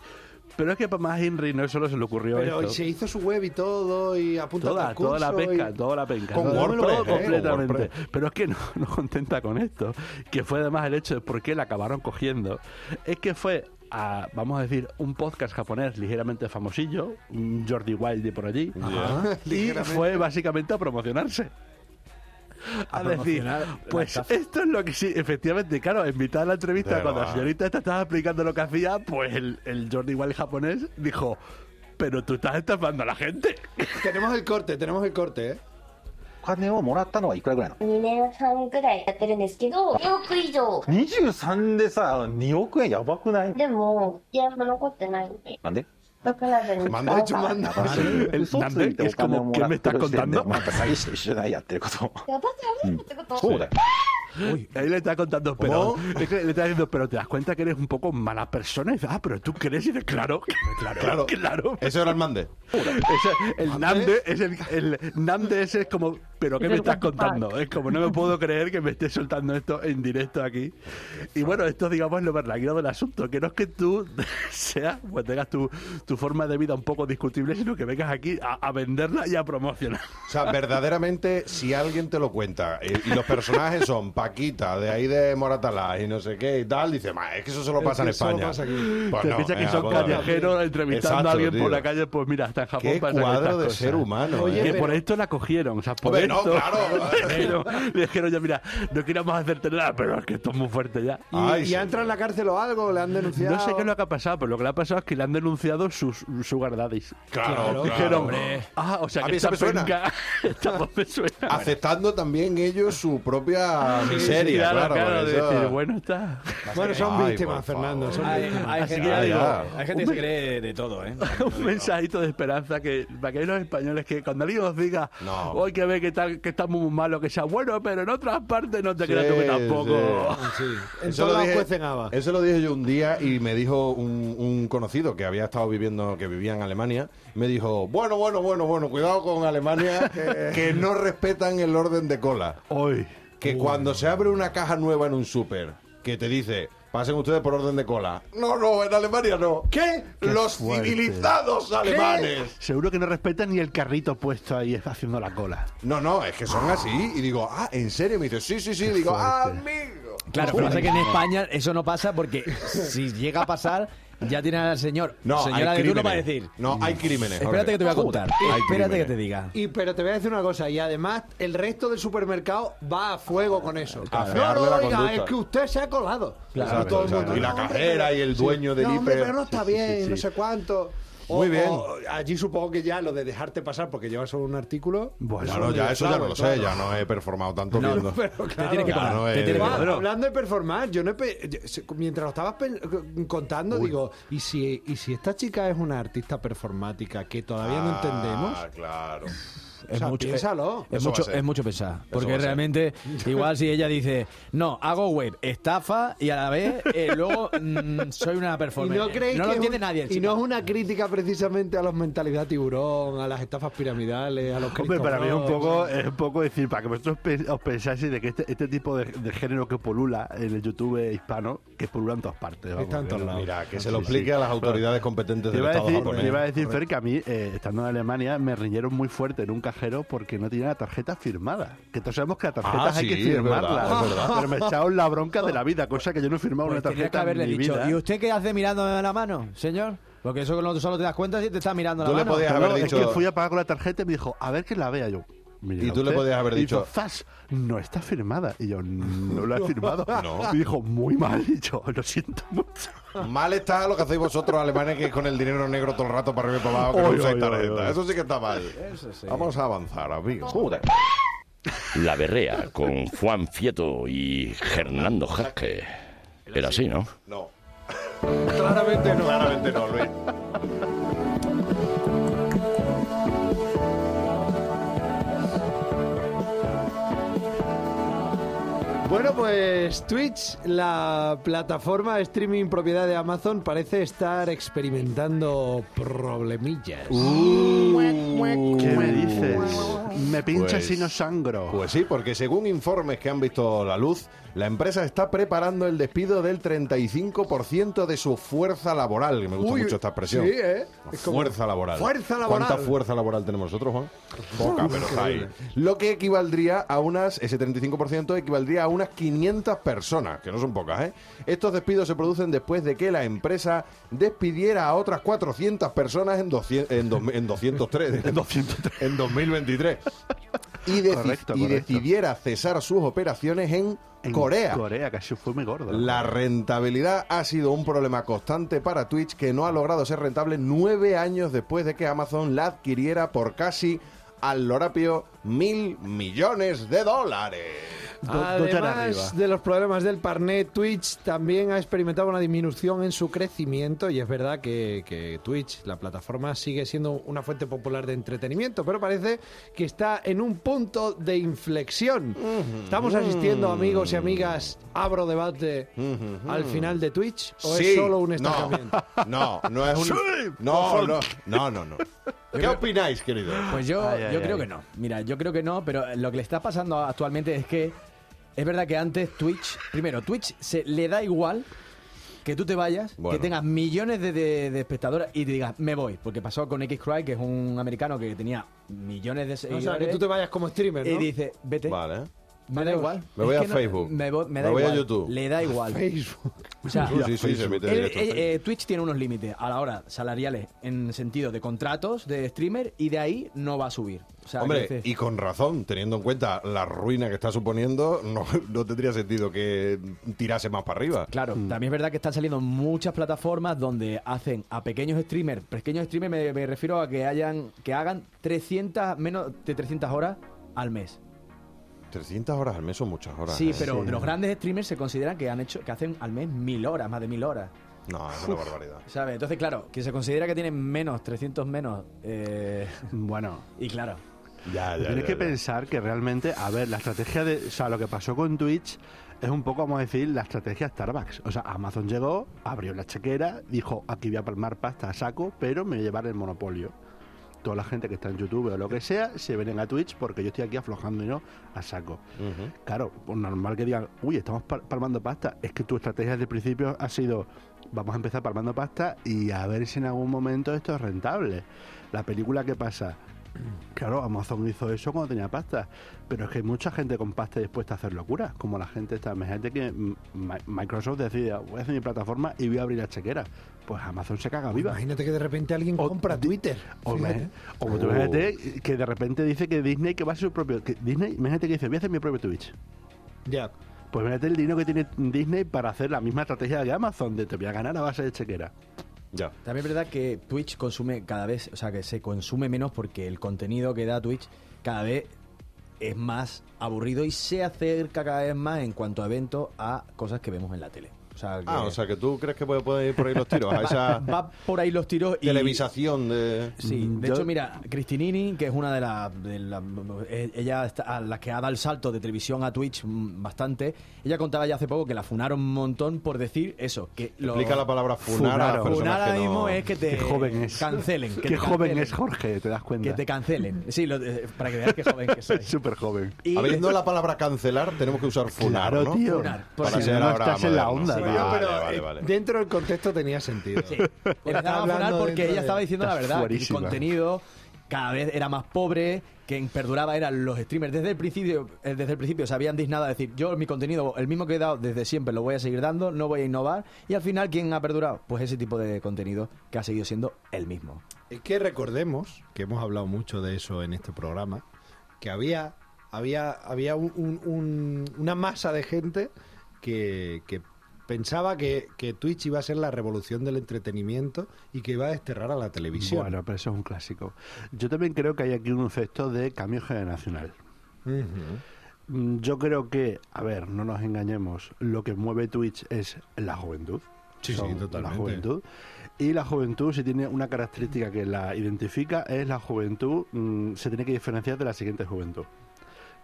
Pero es que para más Henry no solo se le ocurrió Pero esto. se hizo su web y todo, y apuntó Toda, toda la pesca, toda la pesca. Con Todo, WordPress, todo ¿eh? Con completamente. WordPress. Pero es que no, no contenta con esto, que fue además el hecho de por qué la acabaron cogiendo. Es que fue a, vamos a decir, un podcast japonés ligeramente famosillo, un Jordi Wilde por allí, y fue básicamente a promocionarse. A, decir, promocionar pues la estafa. esto es lo que sí, efectivamente, claro, en mitad de la entrevista, De cuando la verdad. señorita esta estaba explicando lo que hacía, pues el, el Jordi Wilde japonés dijo, pero tú estás estafando a la gente. Tenemos el corte, tenemos el corte, ¿eh? 金をもらったのはいくらぐらいな2年半くらいやってるんですけど、2億以上。の ?23 でさ、2億円やばくないでも、いや、残ってないんで。なんでだからでに Manda hecho, manda. Este, El 嘘ついてお es 金を como, も ¿qué ら me って estás る時点で、 contando? Pues また詐欺師と一緒だや este ってること。私あるってこと、そうだよ。 Ahí le está contando, pero, es que le está diciendo, pero te das cuenta que eres un poco mala persona. Y dice, ah, pero tú crees. Y dice, claro, claro, claro. Ese era el mande. Ese- el Namde es el, el Namde ese es como, pero ¿qué me estás contando? Es como, no me puedo creer que me estés soltando esto en directo aquí. Y bueno, esto digamos es lo verdaguero del asunto, que no es que tú seas, pues tengas tu, tu forma de vida un poco discutible, sino que vengas aquí a, a venderla y a promocionar. O sea, verdaderamente, si alguien te lo cuenta eh, y los personajes son Paquita, de ahí de Moratalá y no sé qué y tal, dice, "Ma, es que eso solo Es pasa que en solo España. pasa aquí. Pues Te no, piensas que eh, son bueno, callejeros entrevistando Exacto, a alguien tío. por la calle, pues mira, hasta en Japón Qué pasan estas cuadro de cosas. ser humano. Oye, eh. Que pero- por esto la cogieron, o sea, por Hombre, no, esto- claro. Pero le dijeron ya, mira, no queríamos hacerte nada, pero es que esto es muy fuerte ya. Y, Ay, y sí. ha entrado en la cárcel o algo, le han denunciado. No sé qué es lo que ha pasado, pero lo que le ha pasado es que le han denunciado sus sugar daddies. Claro, claro. Dijeron, ah, o sea A que mí eso esta me suena. penca, esta voz me suena. Aceptando también ellos su propia Sí, miseria, claro. claro, de eso- decir, bueno, está... Bueno, son Ay, víctimas, por Fernando. favor. son Hay, víctimas. hay Así gente, que ya ya digo, hay gente que se cree de todo, ¿eh? un mensajito de esperanza que para que los españoles que cuando alguien os diga No. hoy que ve que está tal que está muy malo que sea bueno, pero en otras partes no te Sí, creas tú que tampoco. sí. En Eso lo todas dije- cuecen habas. Eso lo dije yo un día y me dijo un, un conocido que había estado viviendo, que vivía en Alemania, me dijo, bueno, bueno, bueno, bueno, cuidado con Alemania, que- que no respetan el orden de cola. Hoy. Que cuando se abre una caja nueva en un súper, que te dice, pasen ustedes por orden de cola. No, no, en Alemania no. ¿Qué? Los fuerte. civilizados alemanes. Seguro que no respetan ni el carrito puesto ahí haciendo la cola. No, no, es que son así. Y digo, ah, ¿en serio? Me dice, sí, sí, sí. Digo, ah, amigo. Claro, pero pasa que en España eso no pasa porque si llega a pasar, ya tiene al señor. No, hay señora de turno crímenes. para decir. No, hay crímenes. Espérate que te voy a contar. Hay Espérate que crímenes. te diga. Y pero te voy a decir una cosa, y además el resto del supermercado va a fuego con eso. A no, fregarle no, la oiga, conducta. es que usted se ha colado. Exacto, todo el mundo, exacto. Y la "No, hombre, cajera pero- y el dueño del no, hombre, hiper". pero no está Sí, sí, bien, sí, no sí. sé cuánto. Muy bien. allí supongo que ya lo de dejarte pasar porque llevas solo un artículo. Bueno, Claro, ya eso ya no lo sé, Claro. ya no he performado tanto No, viendo. Pero claro, tienes que Ya parar, no te he- tienes que Va, parar. Pedro. hablando de performance, yo no he pe- yo- se- mientras lo estabas pen- contando, digo, ¿y si, ¿y si esta chica es una artista performática que todavía no entendemos? Ah, claro. O sea, piénsalo. Es Eso mucho, va a ser. es mucho pensar. va Porque a ser. realmente, igual si ella dice, no, hago web, estafa y a la vez eh, luego mm, soy una Y performance. no creéis lo que es entiende un- nadie. Y chico. no es una crítica precisamente a las mentalidades tiburón, a las estafas piramidales, a los Hombre, para mí es un Christopher poco, Robin. es un poco decir, para que vosotros pe- os pensáis de que este, este tipo de, de género que polula en el YouTube hispano, que polula en todas partes. vamos, Está en que todos no- lados. Mira, que se lo Sí, sí. explique a las autoridades competentes Te del iba, a Estado decir, japonés. te iba a decir, Fer, que a mí, eh, estando en Alemania, me riñeron muy fuerte en un cajero porque no tenía la tarjeta firmada. Que todos sabemos que las tarjetas Ah, hay sí, que es verdad, firmarlas. es verdad. Pero me echaron la bronca de la vida, cosa que yo no he firmado Pues una tenía tarjeta que haberle en mi dicho, vida. ¿eh? ¿y usted qué hace mirándome a la mano, señor? Porque eso no solo te das cuenta si te está mirando a Tú la le mano. podías Claro, haber es dicho... que fui a pagar con la tarjeta y me dijo, a ver que la vea yo. "Mire Y tú le usted". podías haber Y dijo, dicho- Zas, no está firmada. Y yo, no la he firmado. No. Y dijo, muy mal. Y yo, lo siento mucho. Mal está lo que hacéis vosotros alemanes que con el dinero negro todo el rato para arriba y para abajo que Oy, no usáis oy, tarjeta. oy, oy. Eso sí que está mal. Vamos a avanzar, amigos. La berrea con Juan Fieto y Hernando Jaque. Era así, ¿no? No. Claramente no. Claramente no, Luis. Bueno, pues Twitch, la plataforma de streaming propiedad de Amazon, parece estar experimentando problemillas. ¿Qué me dices? Me pincha Pues- si no sangro. Pues sí, porque según informes que han visto la luz, la empresa está preparando el despido del 35% de su fuerza laboral. Me gusta Uy, mucho esta expresión. sí, ¿eh? Es como- Fuerza laboral. Fuerza laboral. ¿Cuánta fuerza laboral tenemos nosotros, Juan? Poca, pero está ahí. Lo que equivaldría a unas, ese 35% equivaldría a unas 500 personas, que no son pocas, ¿eh? Estos despidos se producen después de que la empresa despidiera a otras 400 personas en, 200 en, dos- en 203. En 203. En 2023. Y, deci- Correcto, y correcto. decidiera cesar sus operaciones en, En Corea. Corea, casi fue muy gordo. La rentabilidad ha sido un problema constante para Twitch que no ha logrado ser rentable nueve años después de que Amazon la adquiriera por casi al lorapio mil millones de dólares. Además de los problemas del parné, Twitch también ha experimentado una disminución en su crecimiento y es verdad que, que Twitch, la plataforma, sigue siendo una fuente popular de entretenimiento, pero parece que está en un punto de inflexión. ¿Estamos asistiendo, amigos y amigas, abro debate al final de Twitch o es solo un estancamiento? No, no, no es un... No, no, no, no, no. ¿Qué opináis, querido? Pues yo, Ay, ay, yo creo ay. que no. Mira, yo creo que no, pero lo que le está pasando actualmente es que es verdad que antes Twitch, primero, Twitch se le da igual que tú te vayas, Bueno. que tengas millones de, de- de espectadores y te digas, me voy. Porque pasó con Xcry, que es un americano que tenía millones de O seguidores. sea, que tú te vayas como streamer, y ¿no? dice, vete. Vale. Me da igual. Me voy Es a que Facebook. me, voy- me Me da voy a igual. YouTube. Le da igual. Facebook. O sea, Sí, sí, sí, se emite el- directo en eh, Facebook. eh, Twitch tiene unos límites a la hora salariales en sentido de contratos de streamer y de ahí no va a subir. O sea, Hombre, que dices- y con razón, teniendo en cuenta la ruina que está suponiendo, no, no tendría sentido que tirase más para arriba. Claro, también es verdad que están saliendo muchas plataformas donde hacen a pequeños streamers, pequeños streamers me, me refiero a que hayan que hagan 300 menos de 300 horas al mes. 300 horas al mes son muchas horas. sí, ¿eh? pero los grandes streamers se consideran que han hecho que hacen al mes mil horas, más de mil horas, No, es una barbaridad. ¿sabes? Entonces, claro, que se considera que tienen menos 300 menos eh, Bueno, y claro, Ya, ya, Tienes ya, que ya. pensar que realmente, a ver, la estrategia de. O sea, lo que pasó con Twitch es un poco, vamos a decir, la estrategia Starbucks. O sea, Amazon llegó, abrió la chequera, dijo: aquí voy a palmar pasta a saco, pero me voy a llevar el monopolio. Toda la gente que está en YouTube o lo que sea se vienen a Twitch porque yo estoy aquí aflojando y no a saco. Claro, pues normal que digan, uy, estamos pal- palmando pasta. Es que tu estrategia desde el principio ha sido, vamos a empezar palmando pasta y a ver si en algún momento esto es rentable. La película que pasa, claro, Amazon hizo eso cuando tenía pasta, pero es que hay mucha gente con pasta dispuesta a hacer locuras, como la gente está, imagínate que mm, Mi- Microsoft decide, voy a hacer mi plataforma y voy a abrir la chequera. Pues Amazon se caga viva. Imagínate que de repente alguien compra Twitter. O, Fíjate. me- o tú imagínate que de repente dice que Disney que va a ser su propio. que Disney, imagínate que dice, voy a hacer mi propio Twitch. Ya. Pues imagínate el dinero que tiene Disney para hacer la misma estrategia que Amazon, de te voy a ganar a base de chequera. Ya. También es verdad que Twitch consume cada vez, o sea, que se consume menos porque el contenido que da Twitch cada vez es más aburrido y se acerca cada vez más en cuanto a eventos a cosas que vemos en la tele. O sea, que Ah, o sea, que tú crees que puede, puede ir por ahí los tiros, a esa va por ahí los tiros y... televisación de... Sí, Mm, de Yo- hecho, mira, Cristinini, que es una de las. de la- eh, ella está, a la que ha dado el salto de televisión a Twitch mm, bastante. Ella contaba ya hace poco que la funaron un montón por decir eso. Que lo- Explica la palabra funar a las Funaron. Funar personas ahora que no- mismo es que te Qué joven es. cancelen. Que Qué te joven cancelen, es Jorge, te das cuenta. Que te cancelen. Sí, lo- eh, para que veas qué joven que soy. Súper joven. Y- Habiendo la palabra cancelar, tenemos que usar funar, Claro, ¿no? tío. Funar, Para porque ser no ahora estás en la modernos. onda, Vale, tío. vale, pero, Ah, vale, eh, vale. Dentro del contexto tenía sentido. Sí. Empezaba a hablando funar porque dentro ella de- estaba diciendo la Estás verdad. que El fuerísima. contenido cada vez era más pobre, que perduraba eran los streamers. Desde el principio, eh, desde el principio se habían dignado a decir, yo mi contenido, el mismo que he dado desde siempre, lo voy a seguir dando, no voy a innovar. Y al final, ¿quién ha perdurado? Pues ese tipo de contenido que ha seguido siendo el mismo. Es que recordemos que hemos hablado mucho de eso en este programa, que había, había, había un- un- un- una masa de gente que, que pensaba que, que Twitch iba a ser la revolución del entretenimiento y que iba a desterrar a la televisión. Bueno, pero eso es un clásico. Yo también creo que hay aquí un efecto de cambio generacional. Ujú. Mm, Yo creo que, a ver, no nos engañemos, lo que mueve Twitch es la juventud. Sí, sí, Son totalmente. La juventud. Y la juventud, si tiene una característica que la identifica, es la juventud, mm, se tiene que diferenciar de la siguiente juventud.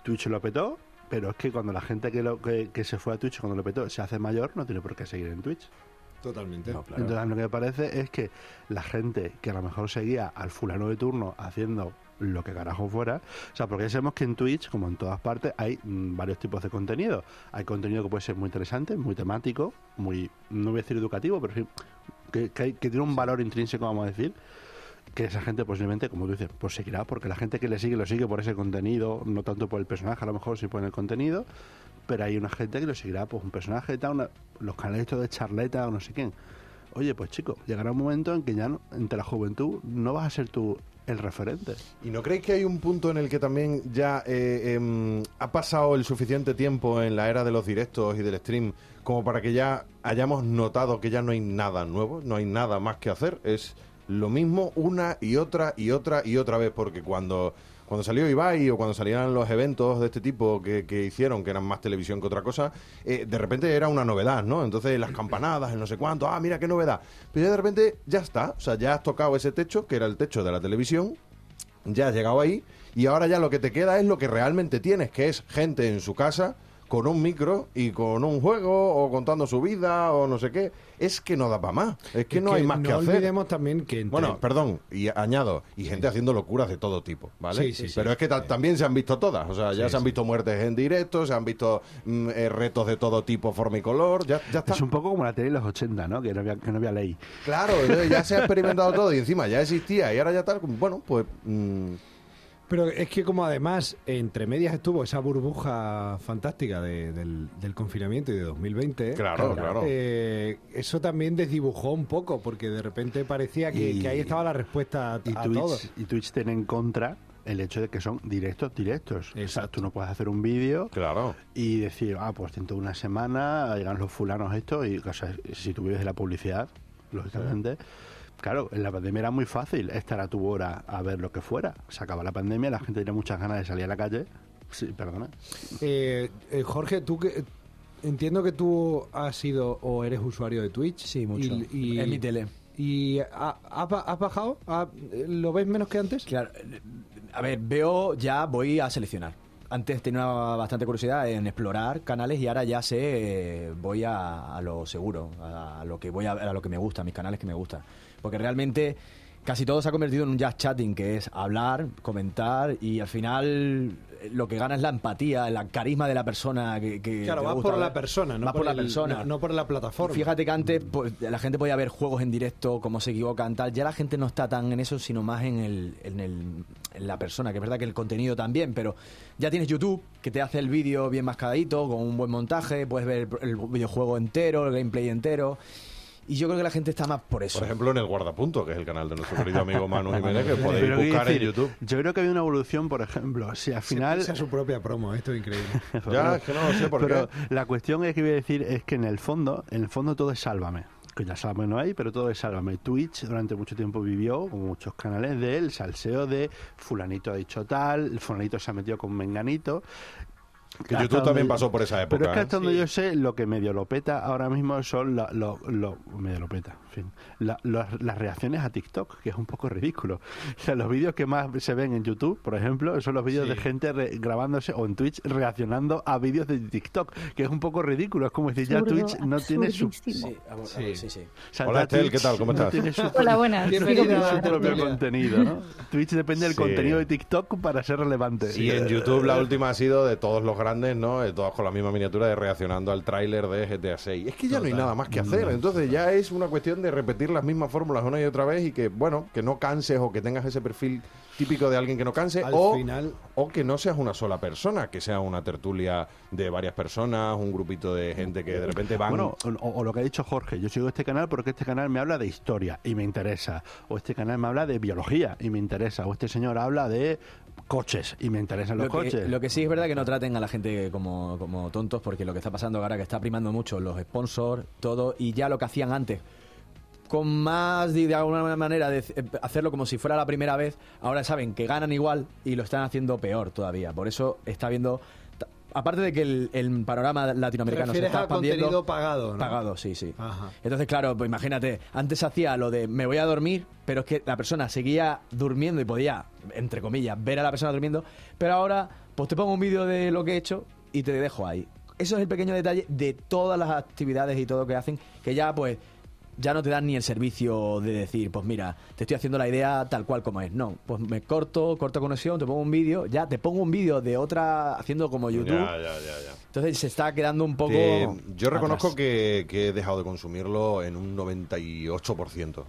Twitch lo petó, pero es que cuando la gente que, lo- que, que se fue a Twitch, cuando lo petó, se hace mayor, no tiene por qué seguir en Twitch. Totalmente. Entonces, a mí lo que me parece es que la gente que a lo mejor seguía al fulano de turno haciendo lo que carajo fuera, o sea, porque ya sabemos que en Twitch, como en todas partes, hay mm, varios tipos de contenido. Hay contenido que puede ser muy interesante, muy temático, muy, no voy a decir educativo, pero sí, que, que hay- que tiene un valor intrínseco, vamos a decir, que esa gente posiblemente, como tú dices, pues seguirá, porque la gente que le sigue lo sigue por ese contenido, no tanto por el personaje, a lo mejor sí por el contenido, pero hay una gente que lo seguirá, pues un personaje, tal, una- los canales estos de charleta o no sé quién. Oye, pues chico, llegará un momento en que ya no- entre la juventud no vas a ser tú el referente. ¿Y no creéis que hay un punto en el que también ya eh, em, ha pasado el suficiente tiempo en la era de los directos y del stream como para que ya hayamos notado que ya no hay nada nuevo, no hay nada más que hacer? Es lo mismo una y otra y otra y otra vez, porque cuando, cuando salió Ibai o cuando salían los eventos de este tipo que, que hicieron, que eran más televisión que otra cosa, eh, de repente era una novedad, ¿no? Entonces las campanadas, el no sé cuánto, ah, mira qué novedad. Pero ya de repente ya está, o sea, ya has tocado ese techo, que era el techo de la televisión, ya has llegado ahí y ahora ya lo que te queda es lo que realmente tienes, que es gente en su casa con un micro y con un juego o contando su vida o no sé qué. Es que no da para más, es que Es no hay más que hacer. olvidemos también que entre- Bueno, perdón, y añado, y gente haciendo locuras de todo tipo, ¿vale? Sí, sí, sí. Pero es que ta- también se han visto todas, o sea, ya Sí, se han sí. visto muertes en directo, se han visto mm, eh, retos de todo tipo, forma y color, ya, ya está. Es un poco como la tele de los 80, ¿no? Que no había, que no había ley. Claro, ya se ha experimentado todo y encima ya existía y ahora ya tal, bueno, pues... mm, Pero es que como además entre medias estuvo esa burbuja fantástica de- del, del confinamiento y de 2020. Claro, claro. eh, eso también desdibujó un poco porque de repente parecía que, Y- que ahí estaba la respuesta a, Y a todo. Twitch, y Twitch tiene en contra el hecho de que son directos, directos. O sea, Exacto. tú no puedes hacer un vídeo claro. y decir, ah, pues dentro de una semana llegan los fulanos estos, y o sea, si tú vives de la publicidad, lógicamente. Claro, en la pandemia era muy fácil estar a tu hora a ver lo que fuera. Se acaba la pandemia, la gente tenía muchas ganas de salir a la calle. Sí, perdona. Eh, eh, Jorge, tú que entiendo que tú has sido o eres usuario de Twitch. Sí, mucho. Es mi tele. ¿Y ha- ha ba- has bajado? ¿Ha- ¿Lo ves menos que antes? Claro. A ver, veo ya, voy a seleccionar. Antes tenía bastante curiosidad en explorar canales y ahora ya sé, eh, voy a, a lo seguro, a, a lo que voy a, a lo que me gusta, a mis canales que me gustan. Porque realmente casi todo se ha convertido en un jazz chatting, que es hablar, comentar y al final eh, lo que gana es la empatía, el carisma de la persona que, que Claro, te va gusta por la ver. persona, no Va por, por la el- persona. no- no por la plataforma. Fíjate que antes pues, la gente podía ver juegos en directo, cómo se equivocan, tal. Ya la gente no está tan en eso, sino más en, el, en, el- en la persona, que es verdad que el contenido también, pero ya tienes YouTube, que te hace el vídeo bien mascadito, con un buen montaje, puedes ver el, el videojuego entero, el gameplay entero. Y yo creo que la gente está más por eso. Por ejemplo, en el Guardapunto, que es el canal de nuestro querido amigo Manu Jiménez, que podéis Pero quiero buscar en decir, YouTube. Yo creo que había una evolución, por ejemplo, si al final... Esa es su propia promo, esto es increíble. Pero- es que no lo sé por pero la cuestión es que voy a decir es que en el fondo, en el fondo todo es sálvame. Que ya sálvame no hay, pero todo es sálvame. Twitch durante mucho tiempo vivió con muchos canales de él, salseo de fulanito ha dicho tal, fulanito se ha metido con menganito. Que Hasta YouTube también donde- pasó por esa época. Pero es que ¿eh? hasta donde yo sé, lo que medio lo peta ahora mismo son la- lo, lo- medio lo peta, en fin. La- los- las reacciones a TikTok, que es un poco ridículo. O sea, los vídeos que más se ven en YouTube, por ejemplo, son los vídeos de gente re- grabándose o en Twitch reaccionando a vídeos de TikTok, que es un poco ridículo. Es como decir, ya Absurdo, Twitch no tiene su... absurdísimo. Sí, sí, sí. o sea, Hola, ya Estel, Twitch ¿qué tal? ¿Cómo no estás? tiene su- Hola, buenas. Bienvenida. tiene Hola, su propio Antonio. contenido, ¿no? Twitch depende del Sí. contenido de TikTok para ser relevante. Eh, Y en YouTube la última ha sido de todos los grandes, ¿no? De todos con la misma miniatura de reaccionando al tráiler de GTA 6. Es que ya no hay nada más que hacer. Entonces ya es una cuestión de repetir las mismas fórmulas una y otra vez y que, bueno, que no canses o que tengas ese perfil típico de alguien que no canse Al o, final- o que no seas una sola persona, que sea una tertulia de varias personas, un grupito de gente que de repente van... Bueno, o, o lo que ha dicho Jorge, yo sigo este canal porque este canal me habla de historia y me interesa, o este canal me habla de biología y me interesa, o este señor habla de coches y me interesan los Lo que, coches. lo que sí es verdad que no traten a la gente como, como tontos, porque lo que está pasando ahora que está primando mucho los sponsors, todo, y ya lo que hacían antes, con más de, de alguna manera de eh, hacerlo como si fuera la primera vez, ahora saben que ganan igual y lo están haciendo peor todavía. Por eso está habiendo. ta- Aparte de que el, el panorama Te latinoamericano se refieres está a expandiendo. contenido pagado, ¿no? Pagado, sí, sí. Ajá. Entonces, claro, pues imagínate, antes hacía lo de me voy a dormir, pero es que la persona seguía durmiendo y podía, entre comillas, ver a la persona durmiendo, pero ahora, pues te pongo un vídeo de lo que he hecho y te dejo ahí. Eso es el pequeño detalle de todas las actividades y todo que hacen, que ya pues ya no te dan ni el servicio de decir, pues mira, te estoy haciendo la idea tal cual como es. No, pues me corto, corto conexión, te pongo un vídeo, ya te pongo un vídeo de otra haciendo como YouTube. Ya, ya, ya, ya. Entonces se está quedando un poco... Te- yo reconozco atrás. que, que he dejado de consumirlo en un 98%. O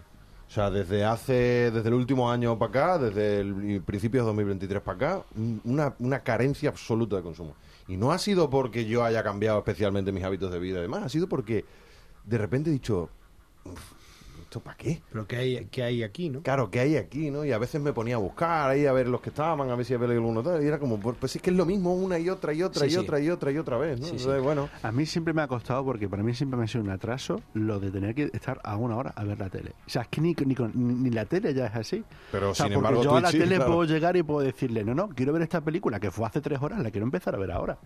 sea, desde hace, desde el último año para acá, desde el principio de 2023 para acá, un- una, una carencia absoluta de consumo. Y no ha sido porque yo haya cambiado especialmente mis hábitos de vida y demás, ha sido porque de repente he dicho, "Uf, ¿esto para qué? Pero que hay, que hay aquí, ¿no? Claro, ¿qué hay aquí, no? Y a veces me ponía a buscar ahí a ver los que estaban, a ver si había alguno tal, y era como, pues es que es lo mismo una y otra y otra Sí, y sí. otra y otra y otra vez, ¿no? Sí, sí. Entonces, bueno. A mí siempre me ha costado, porque para mí siempre me ha sido un atraso, lo de tener que estar a una hora a ver la tele. O sea, es que ni, ni con- ni- ni la tele ya es así. Pero, O sea, sin porque embargo, yo a Twitch la sí, tele claro. puedo llegar y puedo decirle, no, no, quiero ver esta película que fue hace tres horas, la quiero empezar a ver ahora.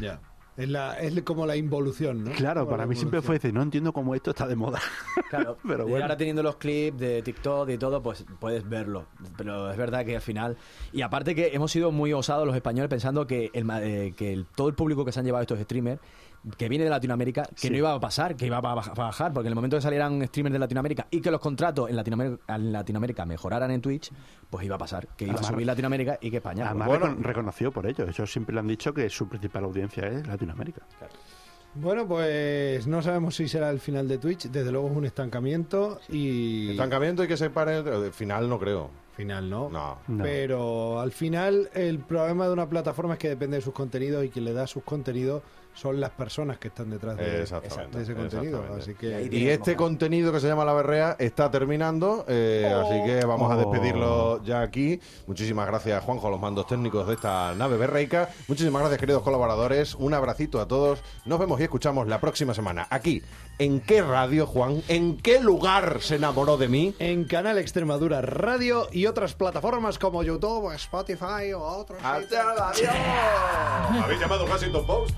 Ya. Es, la, es como la involución, ¿no? Claro, Como para la mí siempre fue evolución. decir, no entiendo cómo esto está de moda. Claro, Pero y bueno. ahora teniendo los clips de TikTok y todo, pues puedes verlo. Pero es verdad que al final. Y aparte que hemos sido muy osados los españoles pensando que, el, ma- eh, que el- todo el público que se han llevado estos streamers, que viene de Latinoamérica, que no iba a pasar, que iba a baj- bajar, porque en el momento que salieran streamers de Latinoamérica y que los contratos en Latinoamérica, en Latinoamérica mejoraran en Twitch, pues iba a pasar, que iba a Además- subir Latinoamérica y que España. Además, pues, recon- reconocido por ello. Ellos siempre le han dicho que su principal audiencia es Latinoamérica. Bueno, pues no sabemos si será el final de Twitch. Desde luego es un estancamiento y... Estancamiento y que se pare. eh, Final no creo. Final, ¿no? No. No. Pero al final el problema de una plataforma es que depende de sus contenidos y quien le da sus contenidos son las personas que están detrás de, Exactamente, de ese contenido. exactamente. Así Y ahí que... Y este contenido que se llama La Berrea está terminando, eh, así que vamos a Oh. despedirlo ya aquí. Muchísimas gracias, Juanjo, a los mandos técnicos de esta nave berreica. Muchísimas gracias, queridos colaboradores. Un abracito a todos. Nos vemos y escuchamos la próxima semana. Aquí, ¿en qué radio, Juan? ¿En qué lugar se enamoró de mí? En Canal Extremadura Radio y otras plataformas como YouTube, Spotify o otros... Ah, sitios. ¿Habéis llamado a Washington Post?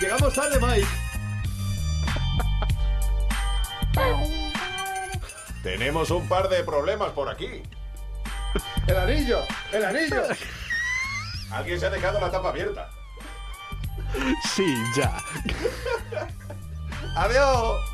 Llegamos tarde, Mike. Tenemos un par de problemas por aquí. ¡El anillo! ¡El anillo! Alguien se ha dejado la tapa abierta. Sí, ya. ¡Adiós!